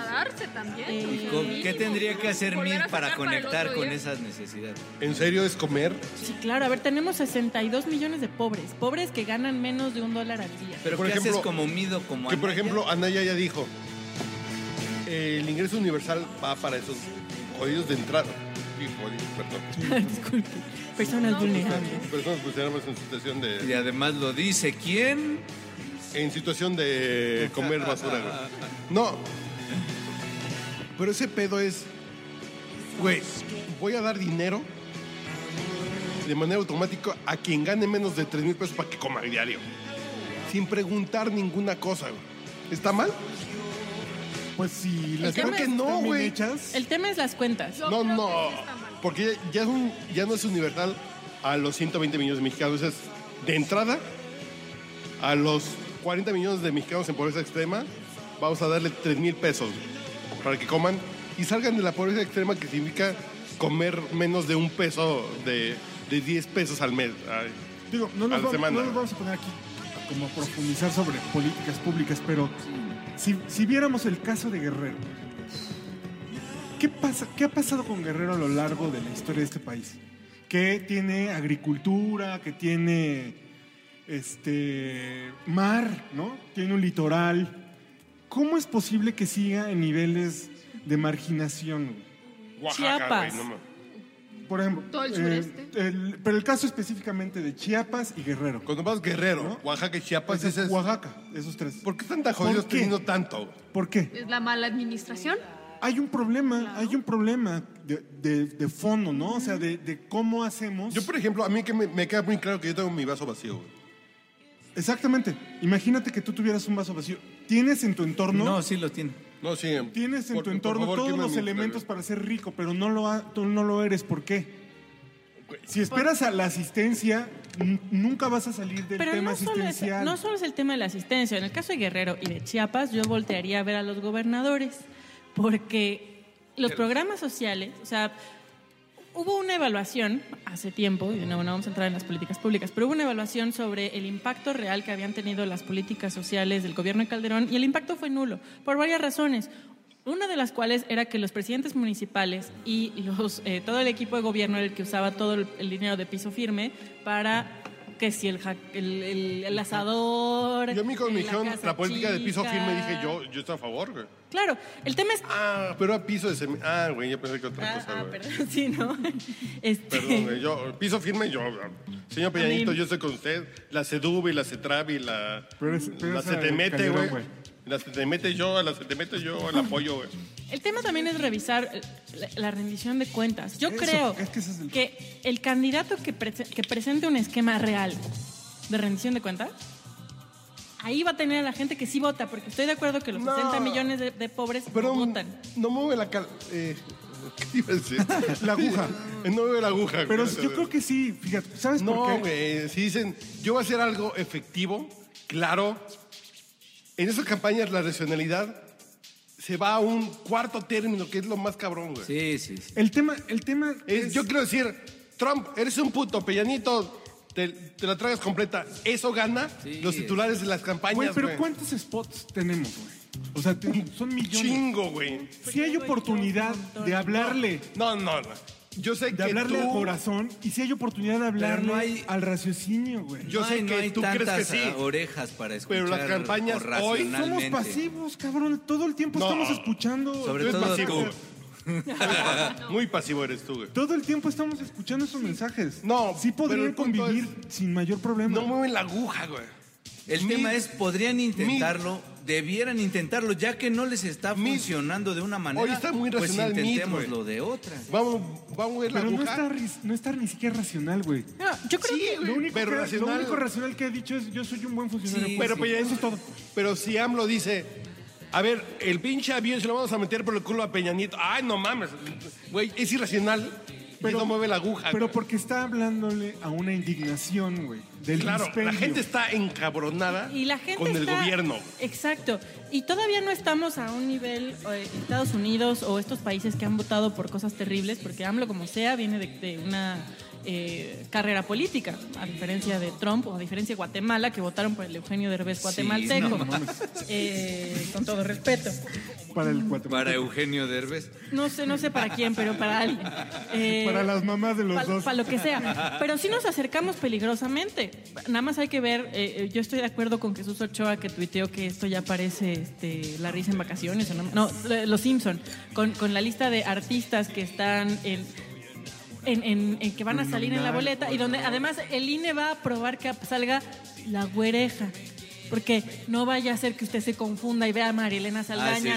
también. pues, Eh, mínimo. ¿Con- ¿Qué tendría que hacer Volver Mir a para sacar el conectar otro con día. esas necesidades? ¿En serio es comer? Sí, claro. A ver, tenemos 62 millones de pobres. Pobres que ganan menos de un dólar al día. Pero Por ¿qué ejemplo, haces como Mido, como Que por Anaya? ejemplo, Anaya ya dijo: eh, el ingreso universal va para esos jodidos de entrada. Sí, jodidos, perdón. *laughs* Disculpe. Personas vulnerables. Personas vulnerables en situación Y de, además lo dice, ¿quién? en situación de comer basura. güey. No. Pero ese pedo es, güey, voy a dar dinero de manera automática a quien gane menos de 3 mil pesos para que coma diario. Sin preguntar ninguna cosa, güey. ¿Está mal? Pues sí, las tema cuentas es- están no, bien güey. hechas. El tema es las cuentas. Yo No, creo no. que sí está mal. Porque ya, ya es un- ya no es universal a los 120 millones de mexicanos. Es de entrada, a los 40 millones de mexicanos en pobreza extrema, vamos a darle 3 mil pesos para que coman y salgan de la pobreza extrema que significa comer menos de un peso, de, de 10 pesos al mes. Ay, Digo, no a nos, la vamos, semana. no nos vamos a poner aquí a como profundizar sobre políticas públicas, pero si, si viéramos el caso de Guerrero, ¿qué, pasa, ¿qué ha pasado con Guerrero a lo largo de la historia de este país? Que tiene agricultura, que tiene este mar, ¿no? Tiene un litoral. ¿Cómo es posible que siga en niveles de marginación? güey? Chiapas. güey, no mames. Por ejemplo, Todo el eh, sureste. el- pero el caso específicamente de Chiapas y Guerrero. Cuando vas Guerrero, ¿No? Oaxaca y Chiapas, Ese es Pues dices, Oaxaca, esos tres. ¿por qué están tan jodidos ¿Por qué? teniendo tanto? ¿Por qué? ¿Es la mala administración? Hay un problema, hay un problema de, de- de fondo, ¿no? O sea, de, de cómo hacemos. Yo, por ejemplo, a mí que me, me queda muy claro que yo tengo mi vaso vacío. güey. Exactamente. Imagínate que tú tuvieras un vaso vacío. Tienes en tu entorno, No, sí lo tiene. No, sí. em, tienes en Por- tu por entorno favor, todos quema los mi- elementos para ser rico, pero no lo, ha- tú no lo eres. ¿Por qué? Si esperas a la asistencia, n- nunca vas a salir del Pero tema no solo, es, asistencial. no solo es el tema de la asistencia. En el caso de Guerrero y de Chiapas, yo voltearía a ver a los gobernadores, porque los programas sociales, o sea, hubo una evaluación hace tiempo, y de nuevo no vamos a entrar en las políticas públicas, pero hubo una evaluación sobre el impacto real que habían tenido las políticas sociales del gobierno de Calderón, y el impacto fue nulo, por varias razones. Una de las cuales era que los presidentes municipales y los, eh, todo el equipo de gobierno era el que usaba todo el, el dinero de piso firme para que si el, ja- el, el- el asador. Yo a mí cuando me eh, dijeron casa la política de piso chica. firme dije yo, yo estoy a favor, güey. Claro, el tema es. Ah, pero a piso de cemento. Ah, güey, yo pensé que otra Ah, cosa, ah, güey. perdón, *laughs* sí, ¿no? Este, Perdón, güey, yo, piso firme yo. güey. Señor Peñanito, Amén. yo estoy con usted. La CEDUB y la CETRAB y la... Pero es- pero la esa, CETEMETE, Calderón, güey. güey. La CETEMETE yo, a la CETEMETE yo, el apoyo, güey. El tema también es revisar eh, la, la rendición de cuentas. Yo Eso, creo es que ese es el- el candidato que, prese- que presente un esquema real de rendición de cuentas, ahí va a tener a la gente que sí vota, porque estoy de acuerdo que los No. 60 millones de, de pobres no Perdón, votan. no mueve la cal... eh, *laughs* ¿Qué iba a decir? *laughs* La aguja. *laughs* No mueve la aguja, Pero güey. yo creo que sí, fíjate, ¿sabes por No, qué? güey. Si dicen, yo voy a hacer algo efectivo, claro. En esas campañas la racionalidad se va a un cuarto término, que es lo más cabrón, güey. Sí, sí, sí. El tema, el tema Es- Yo quiero decir, Trump, eres un puto, Peñanito, te, te la tragas completa. Eso gana Sí, los titulares de las Güey, campañas, pero güey. ¿cuántos spots tenemos, güey? O sea, te- son millones. Chingo, güey. Si hay oportunidad de hablarle, No, no, no. Yo sé de que hablarle al tú- corazón, y si hay oportunidad de hablarle Pero no hay- al raciocinio, güey. Yo no sé hay, no que hay tú crees que tantas sí. ah, orejas para escuchar. Pero las campañas o hoy Somos racionalmente. pasivos, cabrón. Todo el tiempo No. estamos escuchando. Tú Sobre eres todo pasivo. tú. Muy pasivo eres tú, güey. Todo el tiempo estamos escuchando esos mensajes. No, Sí pero podrían el punto convivir sin mayor problema. No mueven la aguja, güey. El Mid- tema es, podrían intentarlo, debieran intentarlo, ya que no les está Mid- funcionando de una manera. Hoy está muy pues racional Mid, intentémoslo de otra. Vamos, vamos a ver la pero no aguja. estar, ris- no estar ni siquiera racional, güey. No, yo creo Sí, que Lo único, Pero que, racional. lo único racional que he dicho es yo soy un buen funcionario. Sí, público. Pero, sí. pues, ya eso es todo. Pero si AMLO dice, A ver, el pinche avión se lo vamos a meter por el culo a Peña Nieto. Ay, no mames. Güey, es irracional. Pero, no mueve la aguja. Pero güey. porque está hablándole a una indignación, güey. Del claro, la dispendio. gente está encabronada Y la gente con el está- gobierno. Exacto. Y todavía no estamos a un nivel eh, Estados Unidos o estos países que han votado por cosas terribles, porque AMLO, como sea, viene de, de una eh, carrera política, a diferencia de Trump o a diferencia de Guatemala, que votaron por el Eugenio Derbez guatemalteco. no Eh, con todo respeto. Para el cuatro. Para Eugenio Derbez. No sé, no sé para quién, pero para alguien. Eh, Para las mamás de los para dos. lo que sea. Pero sí nos acercamos peligrosamente. Nada más hay que ver, eh, eh, yo estoy de acuerdo con Jesús Ochoa que tuiteó que esto ya parece este, La risa en vacaciones. o no, no, eh, Los Simpson, con, con la lista de artistas que están en... en- en- en que van a salir en la boleta y donde además el INE va a probar que salga la güereja. Porque no vaya a ser que usted se confunda y vea a Marilena Saldaña,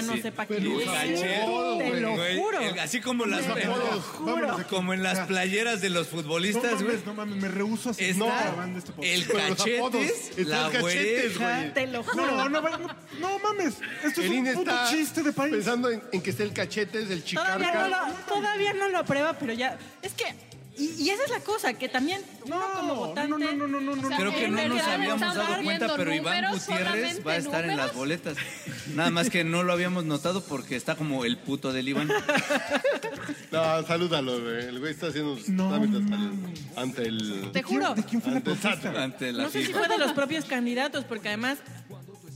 Ah, sí, no sí. sepa Pero quién es. Sánchez, Te lo Güey, juro. el- así como las, Te lo Vámonos, juro. vámonos. como en las playeras de los No futbolistas, güey. mames, no mames, me rehuso a seguir Está grabando este podcast. el Pero los apodos, cachetes, están la cachetes, güereja, güey. Te lo juro. No, no, va- no, no mames. Esto es El INE un puto está chiste de país. pensando en, en que esté el cachete, el Todavía no, chicarca. lo, todavía no lo aprueba, pero ya. Es que. Y, y esa es la cosa, que también uno No, como votante. no, no, no, no, no, no. O sea, Creo que en no nos verdad habíamos están dado cuenta, viendo pero Iván números, Gutiérrez va a solamente estar en las números. boletas. Nada más que no lo habíamos notado porque está como el puto del *laughs* Iván. No, salúdalo, güey. El güey está haciendo sus No, trámites para- mames. ante el. Te juro. ¿De quién fue la Ante el SAT, propuesta? Ante la No sé si FIFA. fue de los propios candidatos, porque además.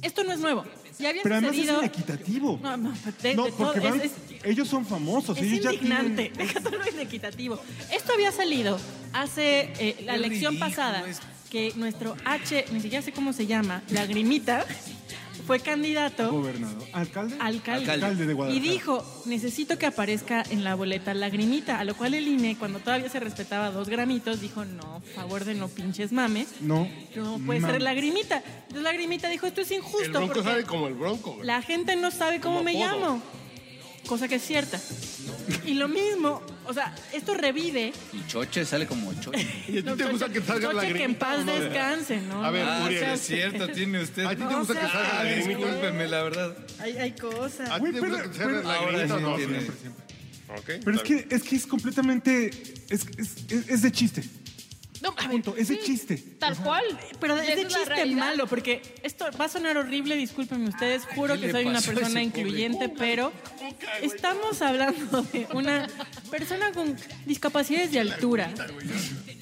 Esto no es nuevo. Ya había Pero además es sucedido. inequitativo. No, no, de- No, de todo- porque es- van- es- ellos son famosos. Es ellos ya indignante, *laughs* tienen- deja todo lo inequitativo. Esto había salido hace eh, la Qué elección ridículo pasada, es. que nuestro H, ni siquiera sé cómo se llama, Lagrimita, fue candidato Gobernador. ¿Alcalde? alcalde. Alcalde de Y Guadalajara. dijo, necesito que aparezca en la boleta lagrimita, a lo cual el INE, cuando todavía se respetaba dos gramitos, dijo, no, favor de no pinches mames, No. no puede mames. ser lagrimita. Entonces lagrimita dijo, esto es El injusto, bronco sabe porque como el bronco, güey. la gente no sabe cómo Como me apodo. llamo, cosa que es cierta. Y lo mismo, o sea, esto revive... Y Choche sale como *laughs* Choche. ¿Y a ti No, te gusta Choche- que salga Choche, la que en paz ¿no? descanse, ¿no? A ver, No, Uriel, o sea, es Ah, cierto, tiene usted. Ah, ¿A ti te No, gusta que o sea, salga la lagrimita? Discúlpeme, la verdad. Hay, hay cosas. ¿A ti Güey, te pero- gusta que salga pero- la Ahora lagrimita o sí no? entiendo. Siempre, siempre. Ok, Pero es está bien. que, es que es completamente. Es, es, es- es de chiste. No, a ver, Punto. Es de sí, chiste. Tal cual. Pero es Esa de la chiste realidad. malo, porque esto va a sonar horrible, discúlpenme ustedes, juro ¿qué que le soy una pasó a persona ese pobre? incluyente, pero estamos hablando de una persona con discapacidades de altura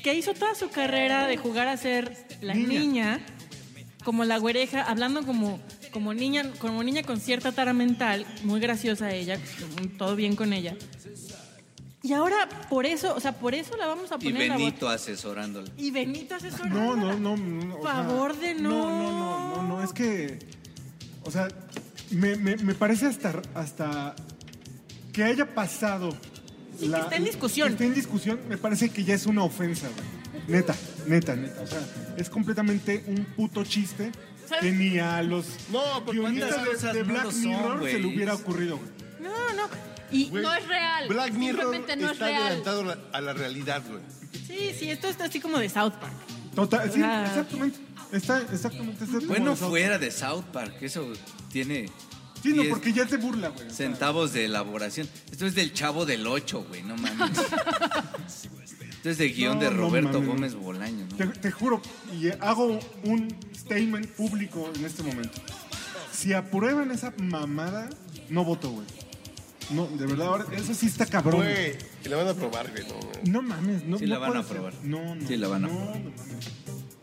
que hizo toda su carrera de jugar a ser la niña, como la güereja, hablando como, como, niña, como niña con cierta tara mental, muy graciosa ella, todo bien con ella. Y ahora por eso, o sea, por eso la vamos a Y poner en la bot- Benito asesorándola. y Benito asesor. No, no, no. no, o sea, Favor de no. No, no, no, no, no, Es que. O sea, me, me- me parece hasta, hasta que haya pasado. Sí, que está en discusión. que Está en discusión, me parece que ya es una ofensa, güey. Neta, neta, neta. O sea, es completamente un puto chiste ¿Sabes? que ni a los No, porque guionistas esas de, cosas de no Black lo son, Mirror se güey. le hubiera ocurrido, güey. No, no. Y Güey, No es real. Black Mirror Simplemente no es está real. adelantado la- a la realidad, güey. sí, sí, esto está así como de South Park. Total, sí, Ah. exactamente. Está, exactamente. está como Bueno, nosotros. fuera de South Park, eso tiene Sí, no, 10 porque ya se burla, güey. o sea. centavos de elaboración. Esto es del Chavo del Ocho, güey, *laughs* no mames. Esto es de guión No, de no Roberto mames. Gómez Bolaño, ¿no? Te, te juro, y hago un statement público en este momento. Si aprueban esa mamada, no voto, güey. No, de verdad, ahora, eso sí está cabrón. güey. Güey, que la van a probar, güey. No, güey. No mames, no Sí la no van puede a ser. aprobar. No, no. Sí la van a no, aprobar. no mames.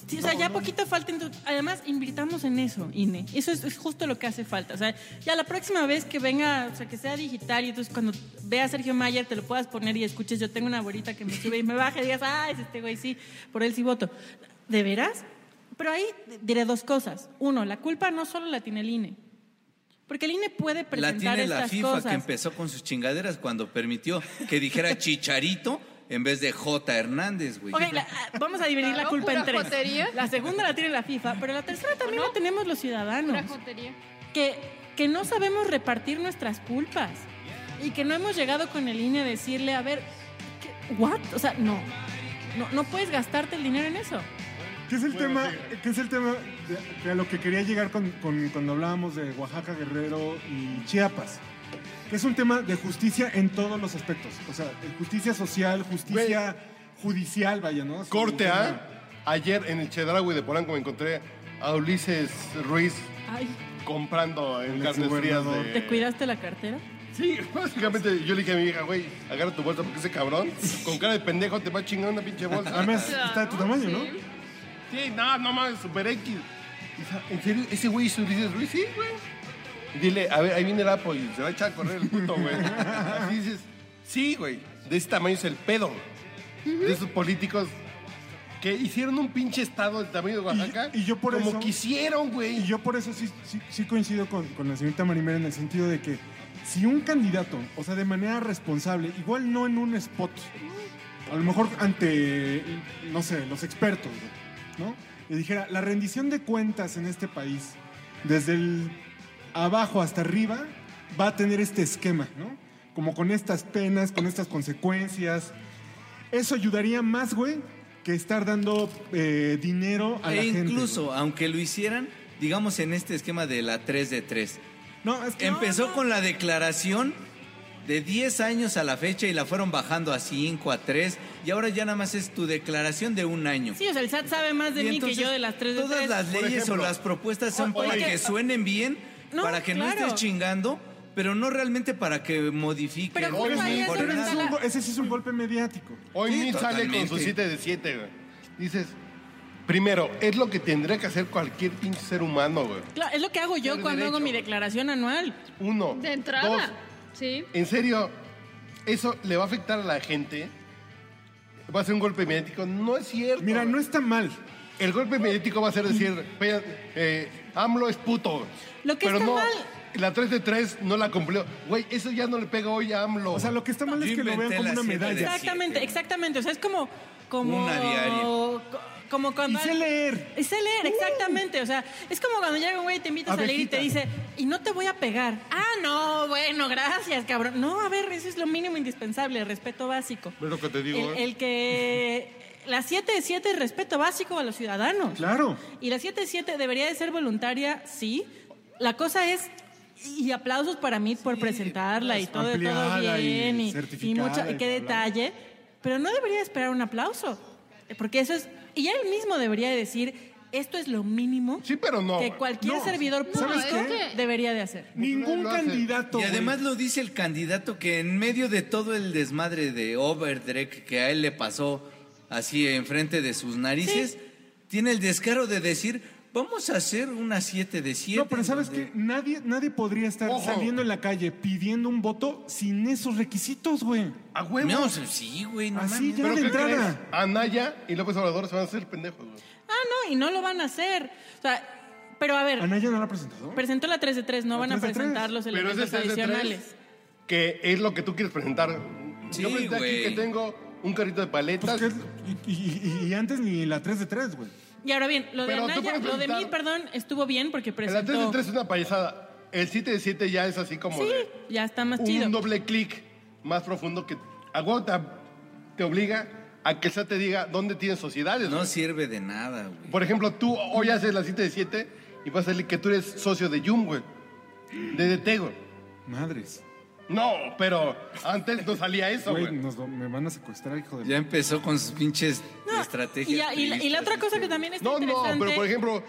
Sí, o sea, ya poquito falta. en tu- Además, invirtamos en eso, INE. Eso es, es justo lo que hace falta. O sea, ya la próxima vez que venga, o sea, que sea digital y entonces cuando veas a Sergio Mayer te lo puedas poner y escuches, yo tengo una bolita que me sube y me baja y digas, ah, es este güey, sí, por él sí voto. ¿De veras? Pero ahí diré dos cosas. Uno, la culpa no solo la tiene el INE. Porque el INE puede La presentar tiene la estas FIFA cosas. que empezó con sus chingaderas cuando permitió que *laughs* dijera Chicharito en vez de J. Hernández, güey. Ok, la- ah, vamos a dividir la Claro, culpa en pura tres. jotería. La segunda la tiene la FIFA, pero la tercera también ¿O no? la tenemos los Pura ciudadanos, jotería. que, que no sabemos repartir nuestras culpas y que no hemos llegado con el INE a decirle, a ver, ¿qué- ¿what? O sea, no, no, no puedes gastarte el dinero en eso. ¿Qué es el tema? ¿Qué es el tema de- de a lo que quería llegar con, con- cuando hablábamos de Oaxaca, Guerrero y Chiapas? Que es un tema de justicia en todos los aspectos. O sea, de justicia social, justicia judicial, vaya, ¿no? Es un Corte ¿ah? tema- A. Ayer en el Chedraui de Polanco me encontré a Ulises Ruiz Ay, comprando en El carnes frías exgobernador. de... Eh. ¿te cuidaste la cartera? Sí, básicamente yo le dije a mi hija, güey, agarra tu bolsa porque ese cabrón con cara de pendejo te va a chingar una pinche bolsa. Además, está de tu tamaño, ¿no? Sí. Sí, no, no mames, super X. O sea, ¿En serio? ¿Ese güey es Ulises Ruiz? Sí, güey. Dile, a ver, ahí viene el Apo y se va a echar a correr el puto, güey. Así dices, sí, güey. De ese tamaño es el pedo. De esos políticos que hicieron un pinche estado del tamaño de Oaxaca. Y- y yo por como eso- quisieron, Y güey. yo por eso sí, sí, sí coincido con, con la señorita Marimera en el sentido de que si un candidato, o sea, de manera responsable, igual no en un spot, a lo mejor ante, no sé, los expertos, ¿no? Le dijera, la rendición de cuentas en este país, desde el abajo hasta arriba, va a tener este esquema, ¿no? Como con estas penas, con estas consecuencias. Eso ayudaría más, güey, que estar dando eh, dinero a la E gente. incluso, güey. aunque lo hicieran, digamos en este esquema de la 3 de 3, No, es que no, empezó no. con la declaración de 10 años a la fecha y la fueron bajando a 5, a 3, y ahora ya nada más es tu declaración de un año. Sí, o sea, el SAT sabe más de Y mí entonces, que yo de las tres de Todas tres. las Por leyes ejemplo. o las propuestas son O- o para es que, que- suenen bien, No, para que no claro. estés chingando, pero no realmente para que modifiquen. Pero o justo Hoy ahí es mismo, donde Pero ese está es un la- go- ese sí es un golpe mediático. Hoy Sí, Min sale con su totalmente. 7 de 7, güey. Dices, primero, es lo que tendría que hacer cualquier pinche ser humano, güey. Claro, es lo que hago yo Ser cuando hago derecho. mi declaración anual. Uno. De entrada. Dos, Sí. en serio, eso le va a afectar a la gente. Va a ser un golpe mediático. No es cierto. Mira, no está mal. El golpe mediático va a ser decir, "Peña- eh, AMLO es puto. Lo que Pero está no, mal- la 3 de 3 no la cumplió. Güey, eso ya no le pega hoy a AMLO. O sea, lo que está mal es Yo que lo vean inventé como la una siete de medalla. siete. Exactamente, exactamente. O sea, es como. como Una diaria. co- Como Y cuando. sé leer. Y sé leer, exactamente. O sea, es como cuando llega un güey y te invita a salir y te Abejita. dice, y no te voy a pegar. Ah, no, bueno, gracias, cabrón. No, a ver, eso es lo mínimo indispensable, respeto básico. Es lo que te digo, El, ¿eh? el que. La 7 de 7 es respeto básico a los ciudadanos. Claro. Y la 7-7 debería de ser voluntaria, sí. La cosa es, y aplausos para mí por presentarla pues, y todo, todo ampliada y bien. Y, y certificada mucho, y y qué bla, bla. detalle. Pero no debería esperar un aplauso. Porque eso es. Y él mismo debería de decir: esto es lo mínimo Sí, pero no. que güey. cualquier No, servidor no, público es que- debería de hacer. Ningún lo hace. candidato. Y güey. además lo dice el candidato que en medio de todo el desmadre de Overdreck que a él le pasó así enfrente de sus narices, tiene el descaro de decir, vamos a hacer una 7 de 7. No, pero ¿sabes qué? Nadie, nadie podría estar Ojo. saliendo en la calle pidiendo un voto sin esos requisitos, güey. A huevo. No, sí, güey, no Así mames. ya. Pero de ¿qué entrada. crees? Anaya y López Obrador se van a hacer pendejos, güey. Ah, no, y no lo van a hacer. O sea, pero a Ah, ver, ¿Anaya no la ha presentado? presentó la 3 de 3, no La van a 3 de 3. presentar los Pero ese elementos es el de adicionales. tres, que es lo que tú quieres presentar. Sí, Yo presenté aquí güey. que tengo un carrito de Pues, paletas. ¿qué? y, y- y- y antes ni la 3 de 3, güey. Y ahora bien, lo de Pero tú Anaya, puedes lo de mí, presentar- perdón, estuvo bien porque el de presentó. 3 de 3 es una payasada. El 7 de 7 ya es así como Sí, de ya está más un chido. doble clic más profundo que agota, te obliga a que el SAT te diga dónde tienes sociedades. No güey. sirve de nada, güey. Por ejemplo, tú hoy haces la 7 de 7 y vas a decir que tú eres socio de Yum, güey. De DT, güey. Madres. No, pero antes no salía eso, Güey, güey. nos va- me van a secuestrar, hijo de... Ya empezó con sus pinches No, estrategias. y, ya- y la, y la otra cosa que también está No, no, interesante. pero por ejemplo,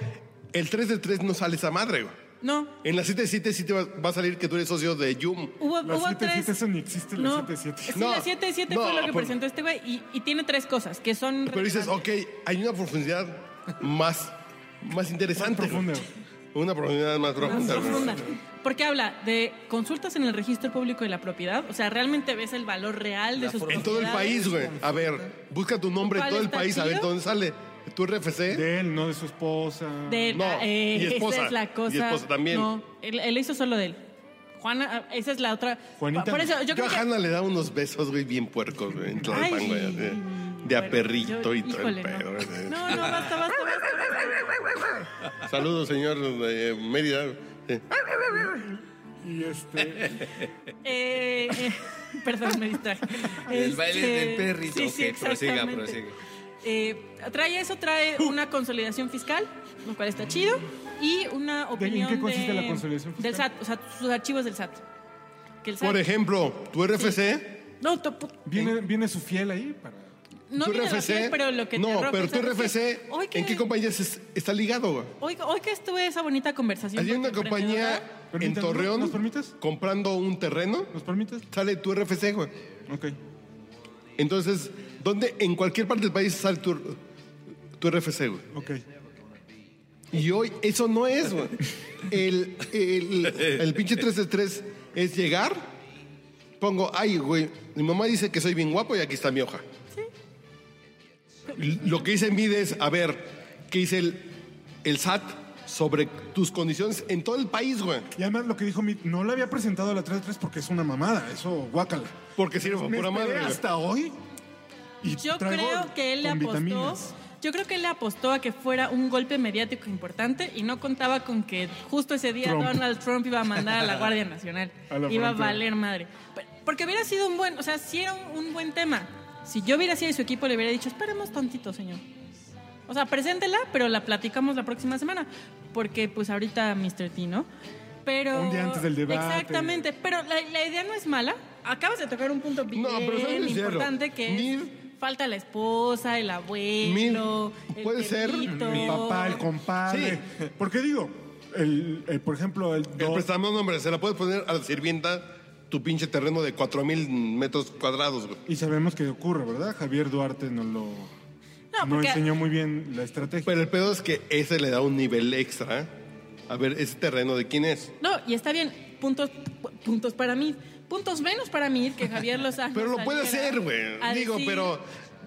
el 3 de 3 no sale esa madre, güey. No, En la 7 de 7 sí te va, va a salir que tú eres socio de Yum. hubo, La hubo 7 de 7, tres. eso ni existe, la 7 de 7. Sí, No, la 7 de 7 fue no, lo que por- presentó este güey y, y tiene tres cosas que son. Pero dices, ok, hay una profundidad más, más interesante. Más profunda. güey. Una profundidad más profunda. relevantes, güey. más profundas. Porque habla de consultas en el registro público de la propiedad. O sea, realmente ves el valor real de sus En todo el propiedades. país, güey. A ver, busca tu nombre en ¿Cuál todo el está país, a ver chido? dónde sale. ¿Tu RFC? De él, no de su esposa. ¿Eh? De No, la- eh, y esposa, Esa es la y cosa. esposa también. No, él, él hizo solo de él. Juana, ah, esa es la otra. Juanita. Por eso, yo Yo creo a que. Hanna le da unos besos, güey, bien puercos, güey. En Tlalpan, Ay, güey. así, De bueno, a perrito yo- y todo el híjole, pedo. no. güey. No, no, basta, basta, basta. Saludos, señor de Mérida. Eh, Sí. Y este... Eh, *laughs* eh, perdón, me distraje. El baile del Este, perrito. Sí, sí, ok, prosiga, exactamente. prosiga. eh, trae eso, trae Uh. una consolidación fiscal, lo cual está chido, y una opinión qué consiste de- la consolidación fiscal? del SAT, o sea, sus archivos del SAT. Que el SAT Por ejemplo, tu RFC. no, to- pu- ¿Viene, viene su fiel ahí para. no tu viene la RFC. piel, pero lo que no, te roba, pero o sea, tu porque RFC, hoy que- ¿en qué compañía es- está ligado? güey? Hoy, hoy que estuve esa bonita conversación. Había con una tu compañía emprendedora, en Permítame, Torreón ¿nos permites? comprando un terreno, ¿Nos permites? sale tu RFC, güey. Ok. Entonces, ¿dónde? En cualquier parte del país sale tu, tu RFC, güey. Ok. Y hoy eso no es, güey. El, el, el pinche 3 es llegar, pongo, ay, güey, mi mamá dice que soy bien guapo y aquí está mi hoja. L- Lo que hice en vida es, a ver, ¿qué dice el, el SAT sobre tus condiciones en todo el país, güey? Y además lo que dijo mi, no la había presentado a la 3-3 porque es una mamada, eso guácala. Porque sirve para Me pura madre. esperé güey. hasta hoy. Y Yo traigo creo que él le con apostó. vitaminas. Yo creo que él le apostó a que fuera un golpe mediático importante y no contaba con que justo ese día Trump. Donald Trump iba a mandar a la Guardia Nacional. *laughs* A la iba a frontera. valer madre. Pero- Porque hubiera sido un buen, o sea, si era un, un buen tema. Si yo hubiera sido de su equipo, le hubiera dicho, esperemos tantito, señor. O sea, preséntela, pero la platicamos la próxima semana. Porque, pues, ahorita Mr. T, ¿no? Pero. Un día antes del debate. Exactamente. Pero la, la idea no es mala. Acabas de tocar un punto bien No, pero ¿sabes lo que es cierto? importante que es Mil- falta la esposa, el abuelo, Mil- el puede ser perrito. El papá, el compadre. Porque digo, el, el- por ejemplo, el, El do- préstamo, no, hombre, se la puedes poner a la sirvienta tu pinche terreno de 4000 metros cuadrados, güey. y sabemos que ocurre, ¿verdad? Javier Duarte nos lo No, no porque- enseñó muy bien la estrategia. Pero el pedo es que ese le da un nivel extra. ¿eh? A ver, ese terreno de quién es. No, y está bien, puntos, pu- puntos para mí, puntos menos para mí que Javier Ah, *laughs* Lozano. Pero Pues, lo puede saliera hacer, güey. a Digo, decir, pero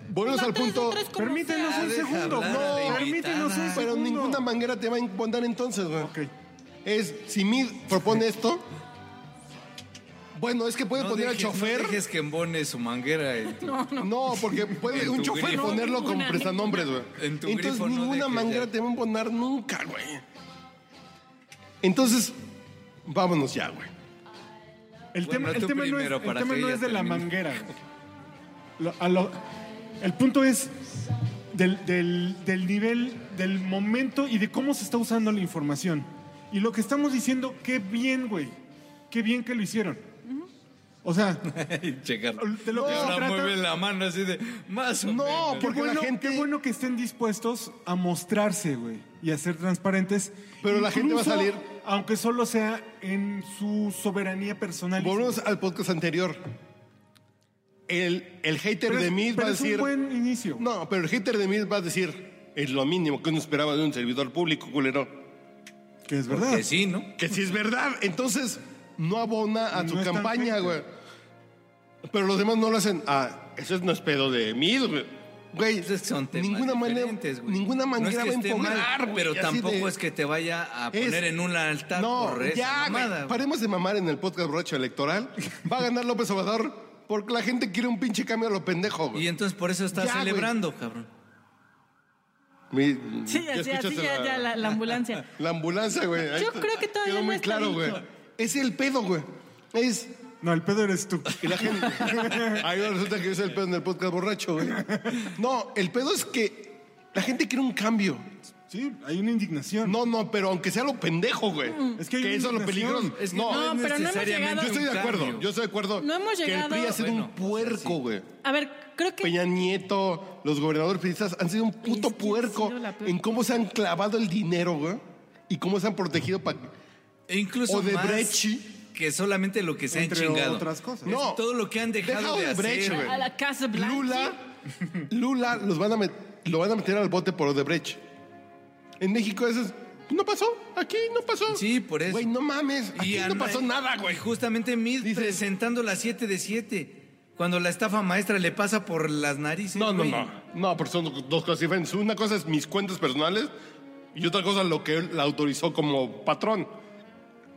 volvemos "Pues al va tres, punto. un tres como Permítenos *laughs* sea". un Deja segundo, hablar a la no, permítenos un invitada. segundo. Pero ninguna manguera te va a imponer entonces, güey. Ok. Es, si Mid propone esto. Bueno, es que puede No poner al dejes- no chofer. dejes que embone su manguera. en- *laughs* No, porque puede En un tu chofer grifo. ponerlo No, con ninguna, prestanombres, güey. En tu Entonces grifo no ninguna dejes manguera ya. te va a emponar nunca, güey. Entonces, vámonos ya, güey. El Bueno, tema, el tú tema no es, primero el para tema que no ella es de la termine. manguera. güey. Lo- a lo- el punto es del, del- del nivel, del momento y de cómo se está usando la información. Y lo que estamos diciendo, qué bien, güey. Qué bien que lo hicieron. O *laughs* sea, y checar. de lo que Y se ahora trata- mueve la mano así de más o No, menos. qué porque la bueno, gente- qué bueno que estén dispuestos a mostrarse, güey, y a ser transparentes. Pero la gente va a Incluso, salir- Aunque solo sea en su soberanía personal. y Volvemos al podcast anterior. El, el hater Pero es- de Mid va pero a es un decir. buen inicio. No, pero el hater de Mid va a decir. Es lo mínimo que uno esperaba de un servidor público, culero. Que es verdad. Que sí, ¿no? Que si es verdad, entonces no abona a No tu es tan campaña, hater. güey. Pero los demás no lo hacen. Ah, eso no es pedo de Mid, güey. Güey, Entonces son temas ninguna manera, diferentes, güey. ninguna No es manera que va a esté impugnar, mal, güey, Pero así tampoco de- es que te vaya a Es- poner en un altar No, por esa ya, güey. mamada, güey. Paremos de mamar en el podcast borracho electoral. Va a ganar López Obrador porque la gente quiere un pinche cambio a lo pendejo, güey. Y entonces por eso estás Ya, güey. celebrando, cabrón. Mi- Sí, ya así, así escuchaste ya, la, ya la, la ambulancia. la ambulancia, güey. Ahí Yo está- creo que todavía quedó no muy está claro, dicho. güey. Es el pedo, güey. Es No, el pedo eres tú. y la gente. Ahí resulta que yo soy el pedo en el podcast borracho, güey. No, el pedo es que la gente quiere un cambio. *laughs* Sí, hay una indignación. No, no, pero aunque sea lo pendejo, güey. Es que hay una eso es lo indignación. peligroso. Es que no, no, pero no hemos necesariamente llegado- yo estoy de un acuerdo. cambio. Yo estoy de acuerdo. No hemos llegado- Que el PRI ha sido Bueno, un o sea, puerco, sí. güey. A ver, creo que. Peña Nieto, los gobernadores periodistas han sido un puto Es que ha puerco sido la peor- en cómo se han clavado el dinero, güey. Y cómo se han protegido para... E incluso O de más Brecht. que solamente lo que se han Entre chingado. otras cosas. No. Es todo lo que han dejado Deja de Odebrecht, hacer. güey. a la Casa Blanca. Lula, Lula los van a met- lo van a meter al bote por Odebrecht. En México eso es, no pasó, aquí no pasó. Sí, por eso. Güey, no mames, aquí no an- pasó nada, güey. y justamente Mid Dices- presentando la 7 de 7. Cuando la estafa maestra le pasa por las narices. No, no, güey. no. No, porque son dos cosas diferentes. Una cosa es mis cuentas personales y otra cosa lo que él la autorizó como patrón.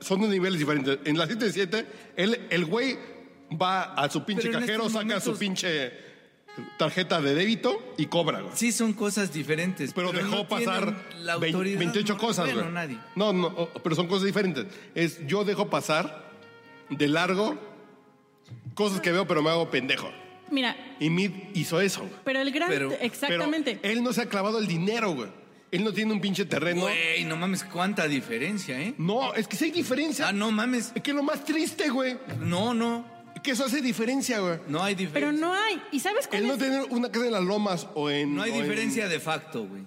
Son de niveles diferentes. En la 7-7, él- el güey va a su pinche Pero en cajero, estos saca su momentos- pinche tarjeta de débito y cobra, güey. Sí, son cosas diferentes. Pero, dejó no pasar tienen la vein- autoridad 28 moral. cosas, Bueno, güey. nadie. No, no, o- pero son cosas diferentes. Es yo dejo pasar de largo cosas que veo, pero me hago pendejo. Mira, Y Mid hizo eso. güey. pero el gran. Pero- exactamente. Pero eh, él no se ha clavado el dinero, güey. Él no tiene un pinche terreno. Güey, no mames, cuánta diferencia, ¿eh? No, es que sí hay diferencia. Ah, no mames. Es que lo más triste, güey, No, no. que eso hace diferencia, güey. No hay diferencia. Pero no hay. ¿Y sabes cuál El no es? tener una casa en las lomas o en... No hay o en- diferencia de facto, güey.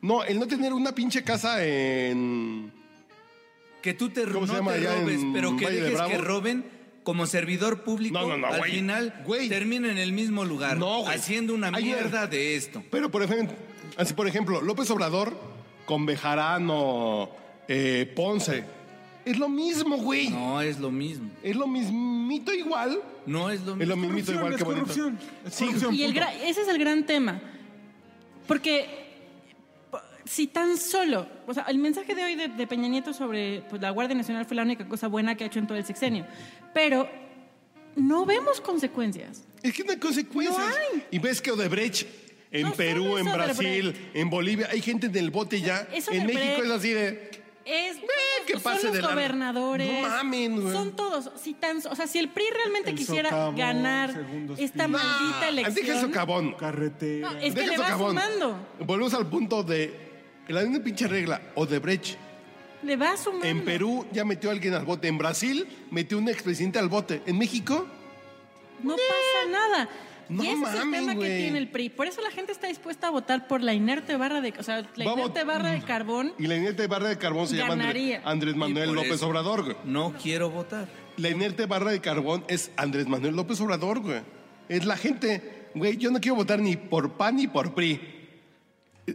No, el no tener una pinche casa en... Que tú te, ¿Cómo no se llama te allá robes, en pero que Valle de dejes Bravo? que roben como servidor público. No, no, no, al güey. final Güey. termina en el mismo lugar. No, güey. Haciendo una Hay una- mierda de esto. Pero, por ejemplo, así por ejemplo, López Obrador con Bejarano, eh, Ponce. Es lo mismo, güey. No es lo mismo. Es lo mismito igual. No es lo Es lo mismo. mismito Corrupción, igual es que bonito. corrupción. Es Sí, corrupción, Y el punto. gra- ese es el gran tema. Porque po- si tan solo, o sea, el mensaje de hoy de, de Peña Nieto sobre pues, la Guardia Nacional fue la única cosa buena que ha hecho en todo el sexenio, pero no vemos consecuencias. Es que no hay consecuencias. No hay. Y ves que Odebrecht en No Perú, solo es en Brasil, Odebrecht. en Bolivia, hay gente en el bote ya. Es en Odebrecht. México es así de. Es, que pase son los de largo. gobernadores. No mamen, güey. Son todos. Si tan, o sea, si el PRI realmente El quisiera socavo, ganar segundos esta pisos. maldita elección. Ah, Deja el socavón. Carretera. No, es que Deja le el va socavón. sumando. Volvemos al punto de. La misma pinche regla, Odebrecht. Le va sumando. En Perú ya metió a alguien al bote. En Brasil metió un expresidente al bote. En México, No pasa nada. No y ese es el mames, tema que güey. tiene el PRI. Por eso la gente está dispuesta a votar por la inerte barra de, o sea, la Vamos. inerte barra de carbón. *laughs* y la inerte barra de carbón se llama André- Ganaría. Andrés Y Manuel por López eso Obrador, güey. No quiero votar. La inerte barra de carbón es Andrés Manuel López Obrador, güey. Es la gente, güey, yo no quiero votar ni por PAN ni por PRI.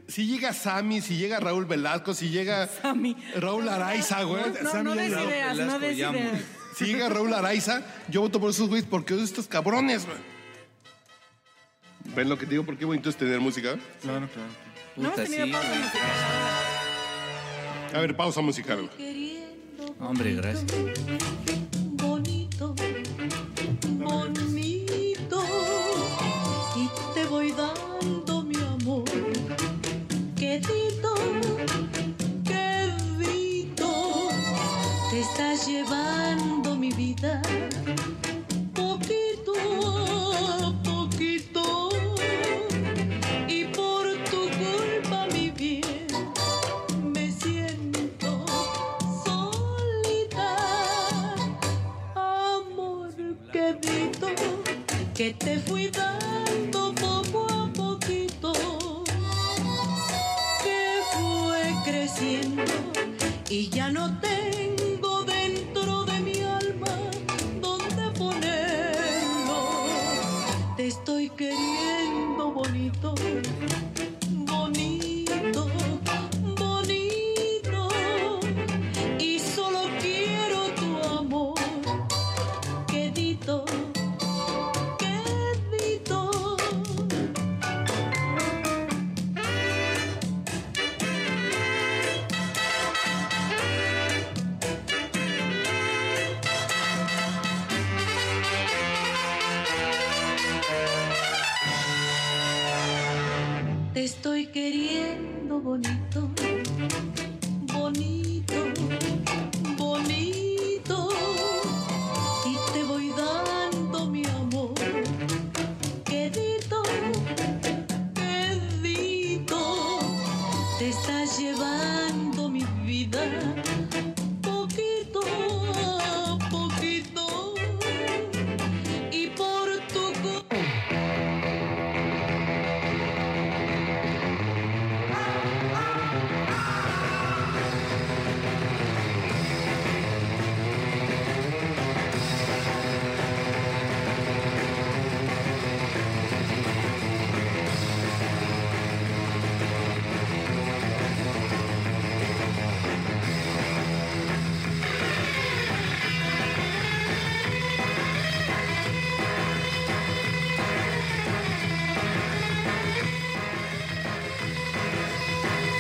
Si llega Sami, si lega Raúl Velasco, si llega Sammy. Raúl Araiza, güey. No, no, Sammy no des Ayala. ideas, no des Velasco, ideas. llamo. Si llega Raúl Araiza, yo voto por esos güeyes porque son estos cabrones, güey. ¿Ven lo que te digo? ¿Por qué bonito es tener música? Claro, claro. No hemos Puta, tenido sí, pausa güey. musical. A ver, pausa musical, güey. Hombre, gracias. Bonito, bonito, y te voy dando mi amor, querido, querido, te estás llevando mi vida, poquito, poquito, y por tu culpa mi bien me siento solita. Amor querido, que te fui dando poco a poquito, que fue creciendo y ya no tengo dentro de mi alma dónde ponerlo. Te estoy queriendo bonito bonito, bonito. Y solo quiero tu amor, quedito, quedito. Te estoy queriendo bonito, bonito, bonito. Y te voy dando mi amor, querido, querido. Te estás llevando mi vida, poquito, poquito. Y por tu cu-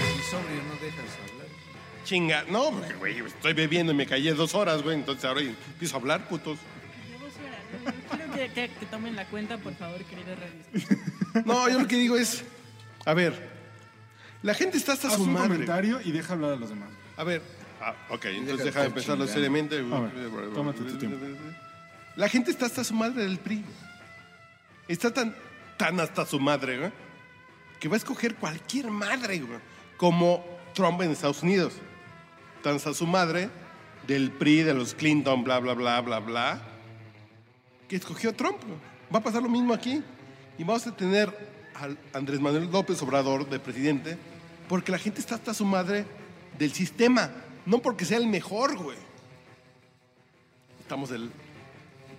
Y sobrio no dejas hablar. Chinga, no, porque, güey, estoy bebiendo y me callé dos horas, güey, entonces ahora empiezo a hablar, putos. Quiero que, que- que tomen la cuenta, por favor, querida radio. No, yo lo que digo es, a ver, la gente está hasta Haz su un madre. comentario y deja hablar a los demás. A ver, ah, ok, entonces estar deja de pensarlo chingando. seriamente. A ver, tómate tu tiempo. La gente está hasta su madre del PRI. está tan, tan hasta su madre, güey, que va a escoger cualquier madre, güey, como Trump en Estados Unidos. Tan hasta su madre del PRI, de los Clinton, bla, bla, bla, bla, bla, que escogió a Trump. güey. Va a pasar lo mismo aquí. Y vamos a tener al Andrés Manuel López Obrador de presidente, porque la gente está hasta su madre del sistema, no porque sea el mejor, güey. Estamos del...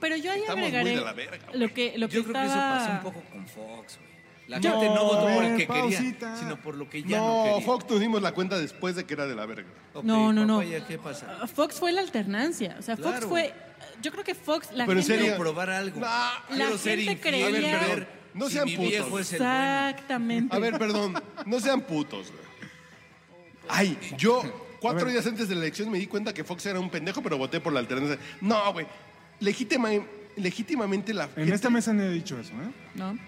Pero yo ahí Estamos muy agregaré de la verga, güey. lo que, lo que Yo creo que eso estaba- pasó un poco con Fox, güey. La Yo- gente no votó por A el ver, que pausita. quería, sino por lo que ya no, No, quería. Fox nos dimos la cuenta después de que era de la verga. Ok, No, no, no. papaya, ¿Qué pasa? Fox fue la alternancia. O sea, Fox Claro. fue. Yo creo que Fox, la Pero en gente. serio. Quiero probar algo. No, La Quiero ser gente infiel. creía- A ver, perdón. No si sean mi putos. viejo es el bueno. Exactamente. A ver, perdón, no sean putos, güey. Ay, yo cuatro días antes de la elección me di cuenta que Fox era un pendejo, pero voté por la alternancia. No, güey. Legítima- legítimamente la En gente- esta mesa no he dicho eso, ¿eh? ¿No?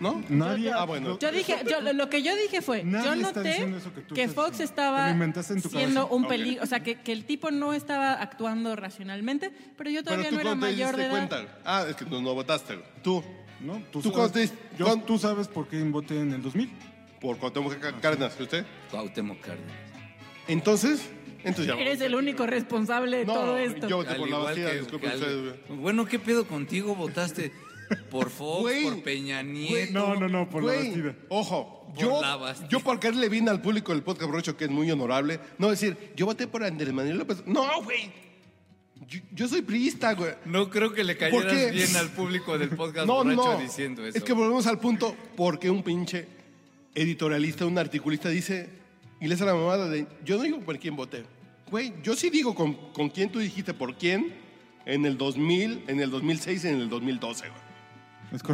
¿No? Nadie. Ah, bueno. Yo dije, yo- lo- lo que yo dije fue, Nadie yo está noté diciendo eso que tú que estás Fox diciendo. estaba Te lo inventaste en tu siendo cabeza. un Ok. peligro, o sea, que, que el tipo no estaba actuando racionalmente, pero yo Pero todavía tú no era cuando te mayor diste de edad. cuenta. Ah, es que no, no votaste, güey. Tú, ¿No? Tú, ¿Tú cuándo te sabes, diste- yo- cuándo- tú sabes por qué voté en el 2000. por Cuauhtémoc Ah. Ca- Cárdenas, ¿usted? Cuauhtémoc Cárdenas. Entonces, entonces ya. Eres el único responsable de No, todo esto. yo voté Al por la igual vacía, que- disculpen que al- ustedes, güey. Bueno, ¿qué pedo contigo? ¿Votaste por Fox, Güey, por Peña Nieto? No, no, no, por la Güey, vestida. Ojo, Por yo, la Bastida. yo por caerle bien al público del podcast Brocho, que es muy honorable, no decir, yo voté por Andrés Manuel López. No, güey. Yo, yo soy priista, güey. No creo que le cayeras qué? bien al público del podcast No, borracho no. diciendo eso. Es que volvemos al punto, porque un pinche editorialista, un articulista dice, y le hace la mamada de, yo no digo por quién voté. Güey, yo sí digo con, con quién tú dijiste por quién en el 2000, en el 2006 y en el 2012, güey. Es correcto.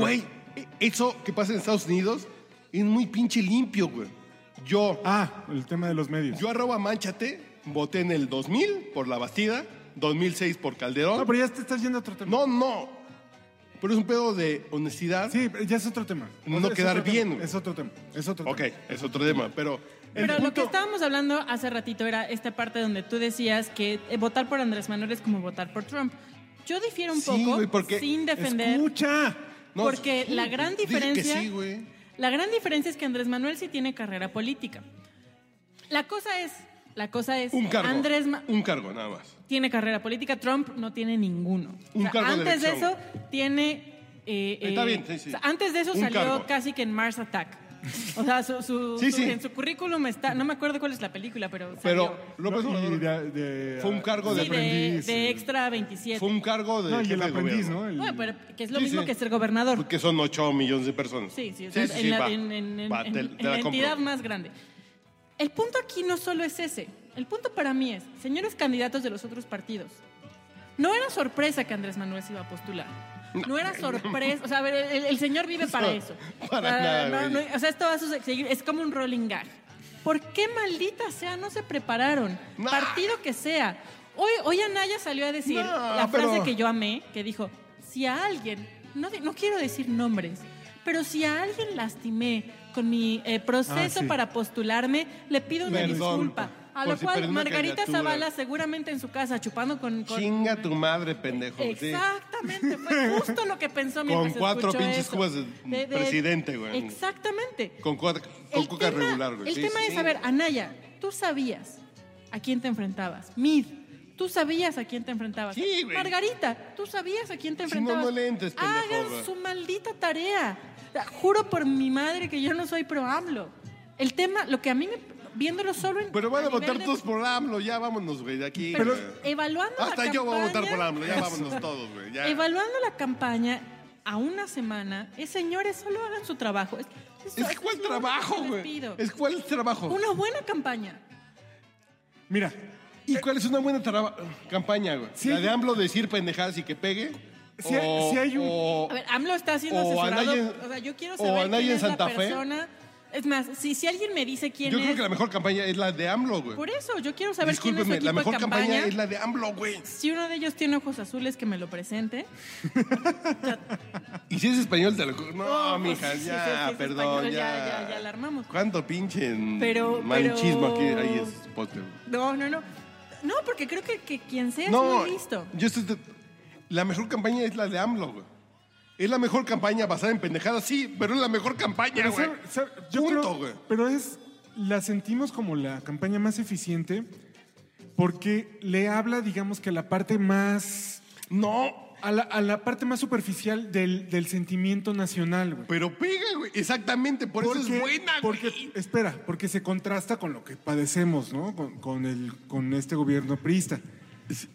Güey, e- eso que pasa en Estados Unidos es muy pinche limpio, güey. Yo, Ah, el tema de los medios. yo arroba manchate, voté en el 2000 por La Bastida, 2006 por No, Calderón. pero ya te estás yendo a otro tema. No, no. Pero es un pedo de honestidad. Sí, pero ya es otro tema. No O sea, es quedar otro tema, bien, güey. Es otro tema. Es otro Ok, tema. es otro tema, pero... el Pero lo que punto- estábamos hablando hace ratito era esta parte donde tú decías que eh, votar por Andrés Manuel es como votar por Trump. Yo difiero un Sí, poco güey, porque- sin defender, Escucha. No, porque sí, la gran dije que diferencia sí, güey. La gran diferencia es que Andrés Manuel sí tiene carrera política. La cosa es, la cosa es, Un cargo. Andrés Ma- Un cargo, nada más. tiene carrera política, Trump no tiene ninguno. Un cargo de antes de, elección. eso tiene, eh, eh, Está bien, sí, sí. o sea, antes de eso Un salió cargo. casi que en Mars Attack. O sea, su, su- Sí, su- sí. en su currículum está, no me acuerdo cuál es la película, pero salió. Pero López No, y Obrador de- de- fue un cargo Sí, de de, aprendiz, de eh. extra 27. fue un cargo de... No, y jefe el de aprendiz, gobierno. ¿no? El- Bueno, pero que es lo Sí, mismo sí. que ser gobernador. Porque son 8 millones de personas. Sí, sí, o sea, en sí, la, va. en- en- en- Va, en- te- en te la la compro. entidad más grande. El punto aquí no solo es ese. El punto para mí es, señores candidatos de los otros partidos, no era sorpresa que Andrés Manuel se iba a postular. *laughs* No era sorpresa, o sea, a ver, el, el señor vive para eso. para O sea, nada, no, güey. no, o sea, esto va a su- seguir, es como un rolling gag. ¿Por qué maldita sea no se prepararon? Nah. Partido que sea. Hoy, hoy Anaya salió a decir No, la frase pero- que yo amé, que dijo, si a alguien, no, di- no quiero decir nombres, pero si a alguien lastimé con mi eh, proceso Ah, sí. para postularme, le pido una Perdón, disculpa. A por lo si cual perdí una Margarita candidatura. Zavala seguramente en su casa chupando con... con- Chinga tu madre, pendejo. sí. Exactamente, fue justo lo que pensó Con mientras cuatro escuchó pinches eso. cubas de presidente, güey. Exactamente. Con, cuatro- con El coca tema- regular, güey. El Sí, tema sí, es, sí. a ver, Anaya, tú sabías a quién te enfrentabas. Mid, tú sabías a quién te enfrentabas. Sí, güey. Margarita, tú sabías a quién te Si no, no enfrentabas. le entres, pendejo, güey. Hagan su maldita tarea. Juro por mi madre que yo no soy pro AMLO. El tema, lo que a mí me... Viéndolo solo en... Pero van a nivel votar de- todos por AMLO, ya vámonos, güey, de aquí. Pero güey. evaluando la Hasta yo voy a votar campaña- por AMLO, ya vámonos todos, güey. ya. Evaluando la campaña a una semana, es señores, solo hagan su trabajo. Es, es- Es que es cuál lo único trabajo, que les güey. pido. Es cuál trabajo. Una buena campaña. Mira, ¿Y cuál es una buena traba- campaña, güey? Sí. La de AMLO decir pendejadas y que pegue. Sí hay- sí hay un- o- A ver, AMLO está haciendo O asesorado. Anaya- o sea, yo quiero o saber Anaya quién en es Santa la Fe. persona. Es más, si, si alguien me dice quién yo es. creo que la mejor campaña es la de AMLO, güey. Por eso, yo quiero saber quién es su Discúlpeme, equipo la mejor de campaña. campaña. es la de AMLO, güey. Si uno de ellos tiene ojos azules, que me lo presente. Y si es español, te lo juro. No, No, pues, mija, sí, sí, sí, ya, sí, es perdón, español, ya. ya, ya, ya la armamos. ¿Cuánto pinche en Pero- manchismo pero- aquí? Ahí es poste, güey. No, no, no. No, porque creo que, que quien sea es muy listo. Yo estoy de- la mejor campaña es la de AMLO, güey. Es la mejor campaña basada en pendejadas, sí, pero es la mejor campaña, Pero, güey. ¿sabe- sabe- yo Punto, creo- güey. pero es, la sentimos como la campaña más eficiente porque le habla, digamos que a la parte más, No, a la, a la parte más superficial del, del sentimiento nacional, güey. pero pega, güey. Exactamente, Pues por eso es buena, güey. porque, espera, porque se contrasta con lo que padecemos, ¿no? Con, con el, con este gobierno priista.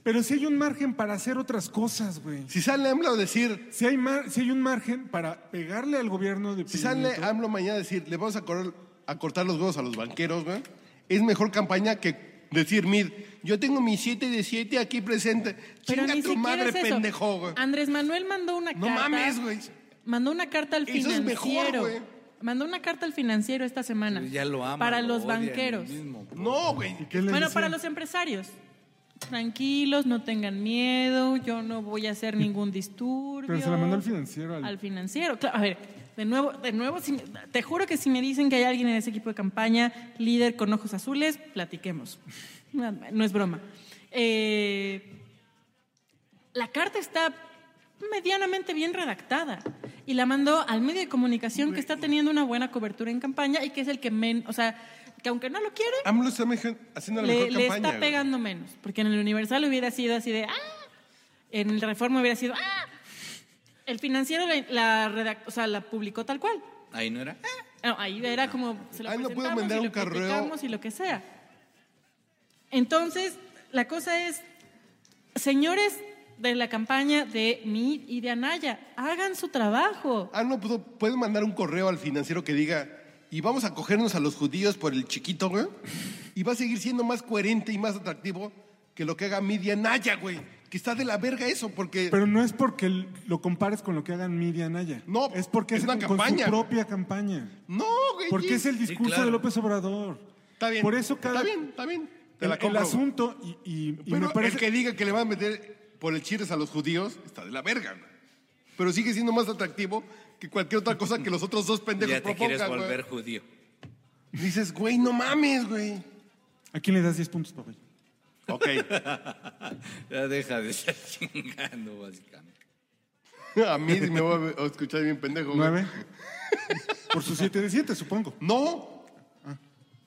Pero si hay un margen para hacer otras cosas, güey. Si sale AMLO a decir, Si hay, mar- si hay un margen para pegarle al gobierno de si Peña sale Nieto. AMLO mañana a decir, le vamos a correr- a cortar los huevos a los banqueros, güey, es mejor campaña que decir, mid, yo tengo mi 7 de 7 aquí presente. Pero Chinga ni tu siquiera madre, es eso. pendejo, güey. Andrés Manuel mandó una No carta. mames, güey. Mandó una carta al Eso es financiero. mejor, güey. mandó una carta al financiero esta semana. Ya lo ama. Para lo los odia, banqueros. lo mismo. No, güey. ¿Qué le Bueno, dice? para los empresarios. Tranquilos, no tengan miedo, yo no voy a hacer ningún disturbio. Pero se la mandó al financiero, al- Al financiero, claro. A ver, de nuevo, de nuevo, si me- te juro que si me dicen que hay alguien en ese equipo de campaña, líder con ojos azules, platiquemos. No, no es broma. Eh, la carta está medianamente bien redactada y la mandó al medio de comunicación que está teniendo una buena cobertura en campaña y que es el que men, o sea, que aunque no lo quiere, AMLO está mej- haciendo la le, mejor le campaña. está güey. pegando menos. Porque en el Universal hubiera sido así de ¡ah! En el Reforma hubiera sido ¡ah! El financiero la, la redac- o sea, la publicó tal cual. Ahí no era. Eh, No, ahí era como se lo Ahí no puedo presentamos mandar y un lo correo. platicamos y lo que sea. Entonces, la cosa es, señores de la campaña de Mid y de Anaya, hagan su trabajo. AMLO pudo- puede mandar un correo al financiero que diga, y vamos a cogernos a los judíos por el chiquito, güey. Y va a seguir siendo más coherente y más atractivo que lo que haga Media Naya, güey. Que está de la verga eso, porque... Pero no es porque l- lo compares con lo que hagan Miriam Anaya. No, es porque es es una con con su campaña. propia campaña. no, güey. Porque es el discurso claro. de López Obrador. Está bien. Por eso cada Está bien, está bien. Te el, la el compro, güey. asunto y, y- y Pero me parece el que diga que le va a meter por el chires a los judíos está de la verga, güey. Pero sigue siendo más atractivo que cualquier otra cosa que los otros dos pendejos *laughs* Ya te quieres propongan, güey. volver judío. Dices, güey, no mames, güey. ¿A quién le das 10 puntos, papá? Ok. *laughs* Ya deja de estar *laughs* chingando, básicamente. A mí me voy a escuchar bien pendejo, güey. *laughs* ¿Nueve? Por sus 7 de 7, supongo. No. Ah.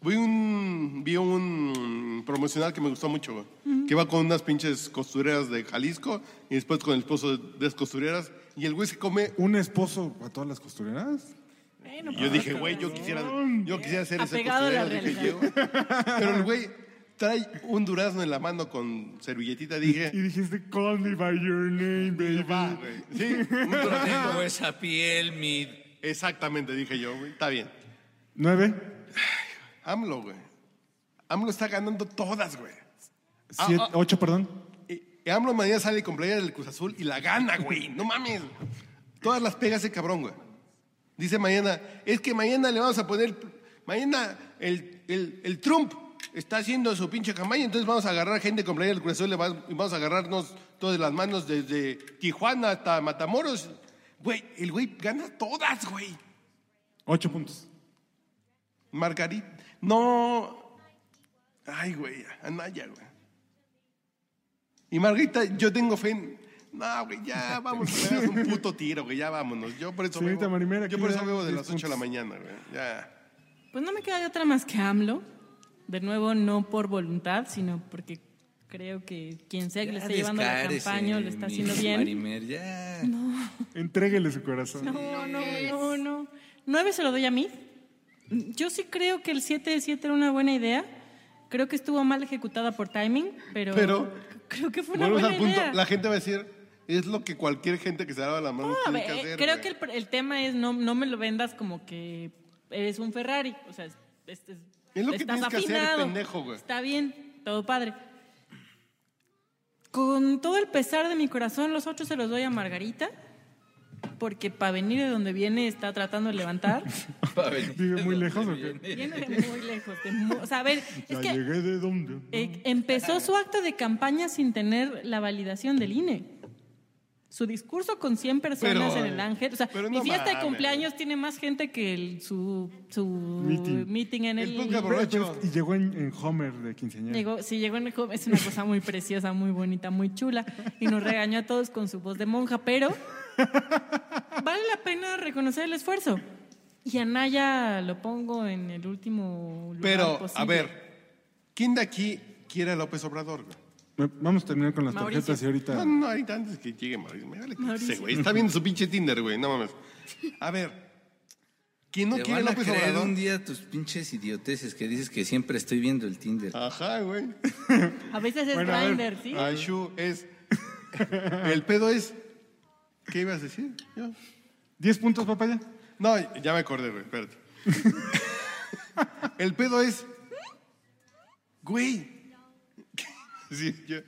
Vi un, vi un promocional que me gustó mucho, güey, que va con unas pinches costureras de Jalisco y después con el esposo de las costureras y el güey se come. ¿Un esposo a todas las costureras? Bueno, Ah, Y yo dije, güey, yo quisiera, yo quisiera ser ese Apegado a la costurero, dije yo. Pero el güey trae un durazno en la mano con servilletita, Y dije. dijiste, call me by your name, "Va, baby. güey". Sí, un Tengo durazno. esa piel, mi. Exactamente, dije yo, güey. Está bien. ¿Nueve? AMLO, güey. AMLO está ganando todas, güey. Siete- ah. ¿Ocho, perdón? Y y AMLO mañana sale con playera del Cruz Azul y la gana, güey. No mames. Todas las pegas ese cabrón, güey. Dice mañana, es que mañana le vamos a poner. Mañana el, el- el Trump está haciendo su pinche campaña, entonces vamos a agarrar gente con playera del Cruz Azul le va- y vamos a agarrarnos todas las manos desde Tijuana hasta Matamoros. Güey, el güey gana todas, güey. Ocho puntos. Margarita. No. Ay, güey, Anaya, güey. Y Margarita, yo tengo fe en. No, güey, *laughs* ya vamos, güey, es un puto tiro, güey, ya vámonos. Yo por eso Señorita bebo- Marimera, aquí yo por le eso da bebo de 10 las 8 de la puntos. mañana, güey. Ya. Pues no me queda de otra más que AMLO. De nuevo, no por voluntad, sino porque creo que quien sea que le Ya esté llevando la descárese, campaña o lo está mi haciendo bien. Marimer, ya. Entréguele su corazón. No, no, no, no. Nueve se lo doy a mí. Yo sí creo que el 7 de 7 era una buena idea. Creo que estuvo mal ejecutada por timing, pero, Pero- creo que fue una Volvemos buena al punto. idea. La gente va a decir, es lo que cualquier gente que se lava la mano No, a tiene ver, que hacer. creo güey. que el, el tema es no, no me lo vendas como que eres un Ferrari. O sea, es, es- es- Es lo que estás tienes que hacer, afinado. pendejo, güey. Está bien, todo padre. Con todo el pesar de mi corazón, los ocho se los doy a Margarita. Porque para venir de donde viene está tratando *laughs* de levantar. Pa' venir ¿Vive muy donde lejos o viene. Viene de muy lejos. de mu- o sea, a ver, es Ya que llegué de dónde. eh, empezó su acto de campaña sin tener la validación del INE. Su discurso con 100 personas Pero, en el Ángel. O sea, pero mi no fiesta de mames. cumpleaños tiene más gente que el- su, su Meeting. meeting. en El el. podcast Pero- pero- borracho. y llegó en, en Homer de quinceañera. Llegó, sí, llegó en el *laughs* home. Es una cosa muy preciosa, muy bonita, muy chula. Y nos regañó a todos con su voz de monja, pero vale la pena reconocer el esfuerzo. Y a Naya lo pongo en el último lugar Pero, a posible. ver, ¿quién de aquí quiere a López Obrador? güey? Me- Vamos a terminar con las Mauricio. tarjetas y *laughs* No, ahorita. no, ahorita antes que llegue Mauricio. Me vale que Mauricio. ese güey. Está viendo su pinche Tinder, güey. No mames. A ver, ¿quién no Te quiere a van a López creer Obrador? un día tus pinches idioteces que dices que siempre estoy viendo el Tinder. Ajá, güey. A veces es Bueno, a ver. Grindr, Pues ¿sí? Aishu es. El pedo es. ¿Qué ibas a decir? Yo- 10 puntos, papaya. No, ya me acordé, güey. Espérate. El pedo es. Güey. *laughs* Sí, yo-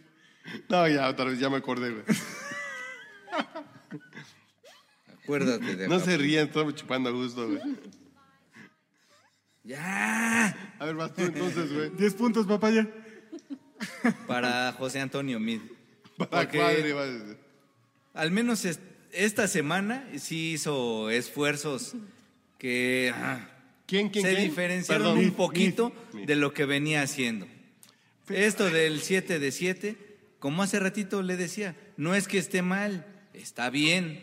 No, ya, otra vez, ya me acordé, güey. Acuérdate de No acá. se rían, estamos chupando a gusto, güey. Ya. A ver, vas tú entonces, *laughs* güey. 10 puntos, papaya. Mm, Para José Antonio Mid. Para Porque cuadre, vas. Al menos es- esta semana sí hizo esfuerzos que ah, ¿Quién, quién, se quién? diferenciaron Perdón. un poquito Mid, mid. de lo que venía haciendo. Esto del 7 de 7, como hace ratito le decía, no es que esté mal, está bien.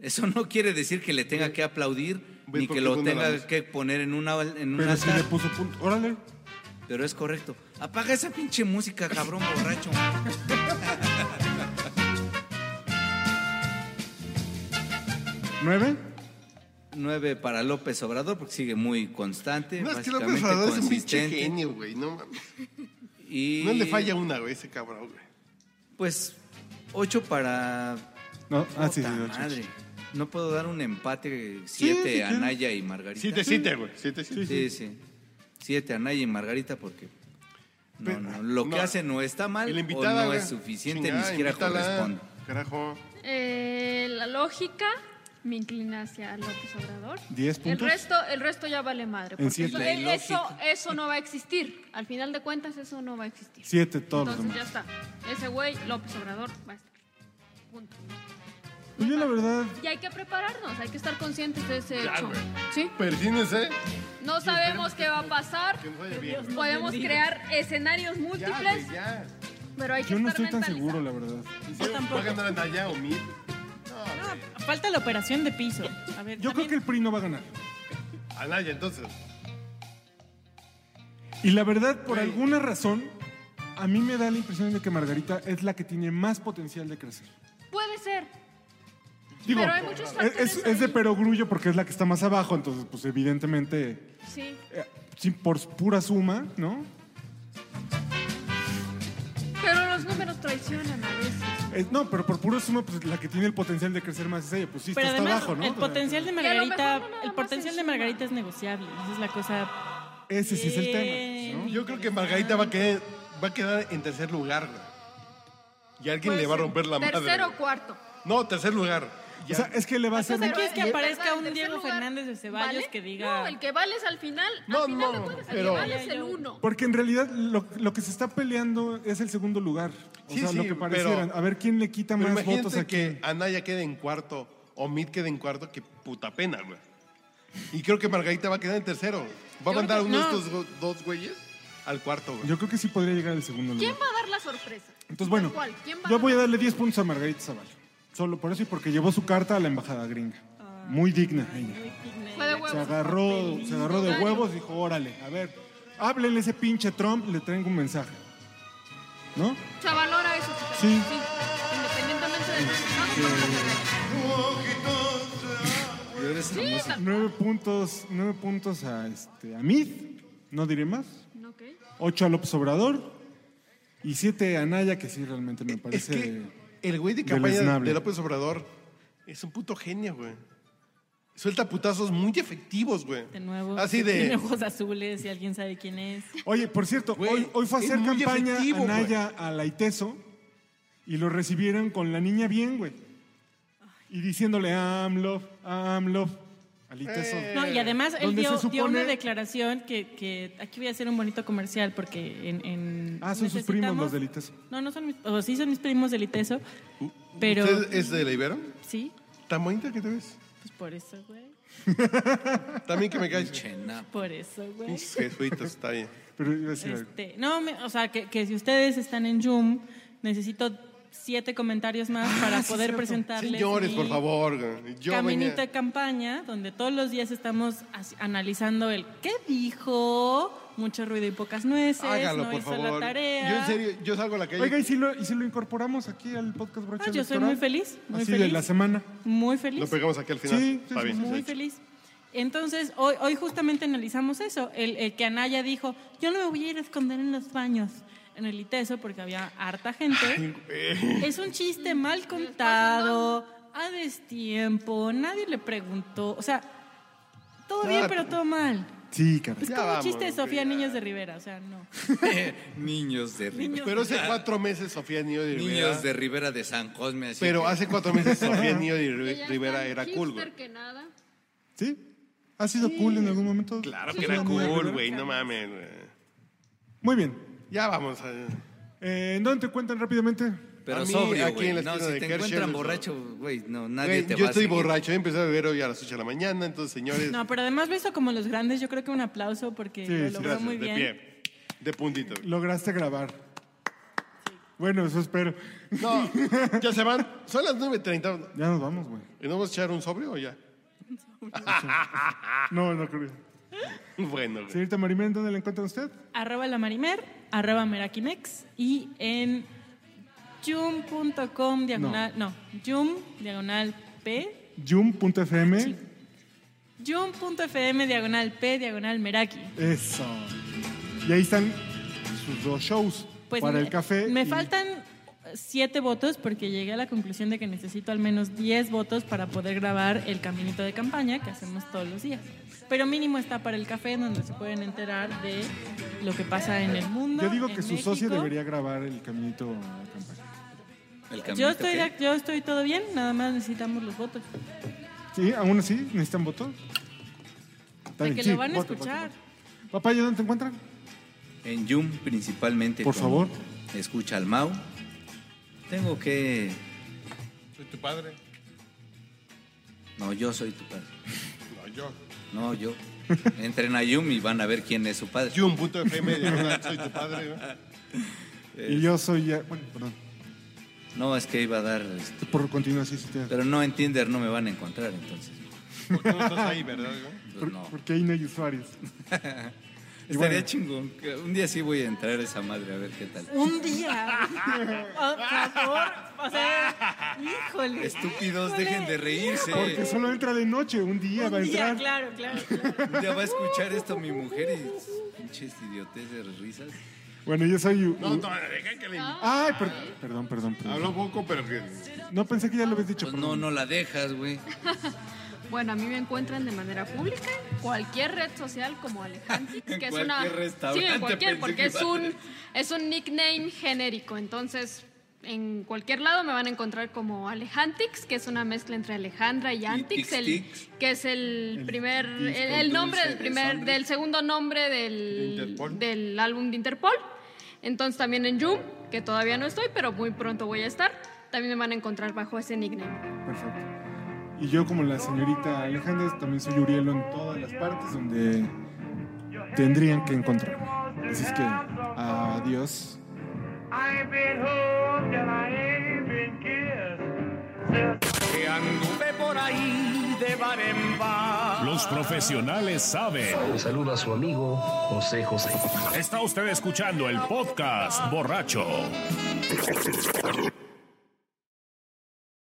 Eso no quiere decir que le tenga que aplaudir Ve ni por que qué lo punto la tenga música. que poner en una en un Pero sí altar, le puso puntos. Órale. pero es correcto. Apaga esa pinche música, cabrón borracho. ¿Nueve? 9 para López Obrador porque sigue muy constante, No, es que López básicamente Obrador es un pinche consistente genio, güey. No mames. y No le falla una, güey, ese cabrón, güey. Pues 8 para No, ah, sí, sí, Puta ocho. madre. No puedo dar un empate 7 sí, a claro. Naya y Margarita. Siete, siete, güey. Siete, siete. Sí, sí. 7 a Naya y Margarita porque no, no, lo que no. hace no está mal Y la invitada, o no güey. es suficiente Chingada, ni siquiera invítala, corresponde. Carajo. Eh, la lógica me inclina hacia López Obrador. ¿Diez El puntos? resto, el resto ya vale madre. En porque siete. eso, La el- eso, lógica. eso no va a existir. Al final de cuentas, eso no va a existir. Siete, todos los Entonces ya demás. está. Ese güey, López Obrador, va a estar. Punto. Pues yo la verdad, Y hay que prepararnos, hay que estar conscientes de ese Ya, hecho. güey. ¿Sí? Persínense. No sabemos qué va a pasar. Que nos vaya bien. güey. Podemos bendiga. crear escenarios Ya, güey, múltiples, ya. pero hay que yo no estar estoy tan mentalizados. seguro, la verdad. Sí, ¿Va tampoco. a ganar Anaya o Mid? No, falta la operación de piso. A ver, Yo creo también- que el PRI no va a ganar. Anaya, entonces. Y la verdad, por alguna razón, a mí me da la impresión de que Margarita es la que tiene más potencial de crecer. Puede ser. Digo, Pero hay muchos es- factores es, es de ahí. perogrullo porque es la que está más abajo, entonces, pues evidentemente, Sí. eh, sí, por pura suma, ¿no? Pero los números traicionan a veces. Eh, no, pero por pura suma, pues la que tiene el potencial de crecer más es ella. Pues sí, está, Pero hasta además, abajo, ¿no? el potencial de Y a lo Margarita, mejor no nada el más potencial es de una. Margarita es negociable. Esa es la cosa. Ese sí es el Bien. tema. ¿no? Yo creo que Margarita va a quedar, va a quedar en tercer lugar, güey. Y alguien Puede le va a ser. romper la madre. Tercero o güey. cuarto. No, tercer lugar. O Ya. sea, es que le va a hacer. Entonces, Pero aquí es que el- aparezca el un tercer Diego lugar, Fernández de Ceballos ¿vale? que diga- No, el que vale es al final. No, al final no, de cuentas, pero- el que vale es el uno. Porque en realidad lo, lo que se está peleando es el segundo lugar. O Sí, sea, lo sí, que pareciera. pero- a ver quién le quita Pero más votos imagínate aquí. que Anaya quede en cuarto o Mid quede en cuarto, qué puta pena, güey. Y creo que Margarita va a quedar en tercero. Va a Yo mandar a creo que uno de no. estos go- dos güeyes al cuarto, güey. Yo creo que sí podría llegar al segundo lugar. ¿Quién va a dar la sorpresa? Entonces, bueno, Tal cual, ¿quién va yo dar- voy a darle 10 puntos a Margarita Zavala. Solo por eso y porque llevó su carta a la embajada gringa. Muy digna ella. Fue de Se huevos. agarró, se agarró de Papelito. huevos y dijo, órale, a ver, háblele a ese pinche Trump, le traigo un mensaje. ¿No? Se valora eso. Sí. Independientemente de los Y ahora es la música. Nueve puntos, nueve puntos a este a Mid, no diré más. Ok. 8 a López Obrador y 7 a Naya, que sí realmente me Es parece. que el güey de campaña deleznable. de López Obrador es un puto genio, güey. Suelta putazos muy efectivos, güey. De nuevo. Así Tiene de. ojos azules y alguien sabe quién es. Oye, por cierto, Güey, hoy, hoy fue a es hacer muy campaña efectivo, a Naya a la ITESO y lo recibieron con la niña bien, güey. Y diciéndole AMLO, AMLO, al ITESO. No, y además él ¿Dónde dio, se supone- dio una declaración que, que aquí voy a hacer un bonito comercial porque en... en- Ah, son sus necesitamos- primos los del ITESO. No, no son mis... O sí son mis primos del ITESO, pero... ¿Usted es de la Ibero? Sí, Tan bonita que te ves. pues por eso, güey. También que me caes. Pinche nap. Por eso, güey. Pinches Jesuitas, está bien. Pero iba a decir algo. Este, no, me- o sea, que, que si ustedes están en Zoom, necesito siete comentarios más Ah, para poder presentarles Señores, mi por favor. güey. Yo caminito de venía- campaña, donde todos los días estamos as- analizando el qué dijo, mucho ruido y pocas nueces, Hágalo, no por hizo favor. la tarea. Yo en serio, yo salgo a la calle. Oiga, ¿y si, lo, ¿y si lo incorporamos aquí al podcast Ah, brocha yo soy Electoral? muy feliz, muy Así de feliz. la semana. Muy feliz. lo pegamos aquí al final. Sí, sí, Está sí, bien. sí. muy feliz. Entonces, hoy, hoy justamente analizamos eso, el, el que Anaya dijo, yo no me voy a ir a esconder en los baños, en el ITESO, porque había harta gente. es un chiste mal contado, a destiempo, nadie le preguntó, o sea, todo bien, Ah, pero todo mal. Sí, Es caray. Ya como vamos, chiste de hombre, Sofía ya. Niños de Rivera, o sea, no. *laughs* Niños de Rivera. Pero hace cuatro meses Sofía Niño de Rivera. Niños de Rivera de San Cosme. así Pero que- hace cuatro meses Sofía Niño de Ri- Que ya Rivera está era cool, hipster güey. que nada. ¿Sí? ¿Ha sido cool en algún momento? Claro ¿Ha que era sido muy cool, regular? güey. No mames, güey. Muy bien. Ya vamos. A... Eh, ¿En dónde te cuentan rápidamente? Pero A mí, sobrio, aquí güey. en la No, esquina si de te Kershaw, encuentran no. borracho, güey, no, nadie Güey, te yo va a estoy seguir. borracho. He empezado a beber hoy a las 8 de la mañana. Entonces, señores. No, pero además lo hizo como los grandes, yo creo que un aplauso porque Sí, lo sí, logró gracias. muy bien. De pie. De puntito. Lograste grabar. Bueno, eso espero. *laughs* No, ya se van. Son las 9.30. Ya nos vamos, güey. ¿Y no vamos a echar un sobrio o ya? No, no creo. Bueno, güey. Señorita Marimén, ¿dónde la encuentran usted? arroba la marimer, arroba merakimex y en yum.com diagonal, no, yum diagonal p, Yum.fm. yum.fm diagonal p diagonal meraki. Eso. Y ahí están sus dos shows. Pues para me- el café. Me y- faltan siete votos porque llegué a la conclusión de que necesito al menos 10 votos para poder grabar el caminito de campaña que hacemos todos los días. Pero mínimo está para el café donde se pueden enterar de lo que pasa en el mundo. Yo digo en que su socio México. debería grabar el caminito a la campaña. El caminito, Yo estoy, ¿qué? de- yo estoy todo bien, nada más necesitamos los votos. ¿Sí? ¿Aún así? ¿Necesitan votos? Está De bien, que sí, lo van a voto, voto, escuchar. voto. Papá, ¿y dónde te encuentran? En Yum principalmente. Por con favor. Escucha al Mau. Tengo que... Soy tu padre. No, yo soy tu padre. No, yo. No, yo. Entren a Yum y van a ver quién es su padre. Yum.fm, diagonal, soy tu padre. güey. Y yo soy ya. Bueno, perdón. No, es que iba a dar... este, Por continuar así, sí, te- Pero no, en Tinder no me van a encontrar, entonces. ¿Por qué no estás ahí, verdad? güey? pues por- no. Porque ahí no hay usuarios. Estaría bueno. chingón. que Un día sí voy a entrar a esa madre a ver qué tal. Un día. *laughs* Por favor. *laughs* O sea, híjole. Estúpidos, híjole. dejen de reírse. Porque solo entra de noche, un día va a Un día, entrar. claro, claro. claro. Un día va a escuchar esto mi mujer y sus pinches idioteces, risas. Bueno, yo soy. u- No, no, deja que le invite. Ay, per- perdón, perdón, perdón. Habló poco, pero que. No pensé que ya lo habías dicho. Pues no, no la dejas, güey. Bueno, a mí me encuentran de manera pública en cualquier red social como Alejandro, En que es una cualquier restaurante, Sí, pensé en cualquier que porque es iba a- un es un nickname genérico, entonces en cualquier lado me van a encontrar como Alejantix, que es una mezcla entre Alejandra y Antix, Tix el- Tix. que es el primer el, Tix con el nombre dulce del de primer sangre. del segundo nombre ¿De del Interpol? del álbum de Interpol. Entonces también en Zoom, que todavía no estoy, pero muy pronto voy a estar, también me van a encontrar bajo ese nickname. Perfecto. Y yo, como la señorita Alejandra, también soy Urielo en todas las partes donde tendrían que encontrarme. Así es que, adiós. I ain't been home till I ain't been kissed. Since Que anduve por ahí de bar en bar. Los profesionales saben. Le saluda a su amigo José José. Está usted escuchando el podcast borracho.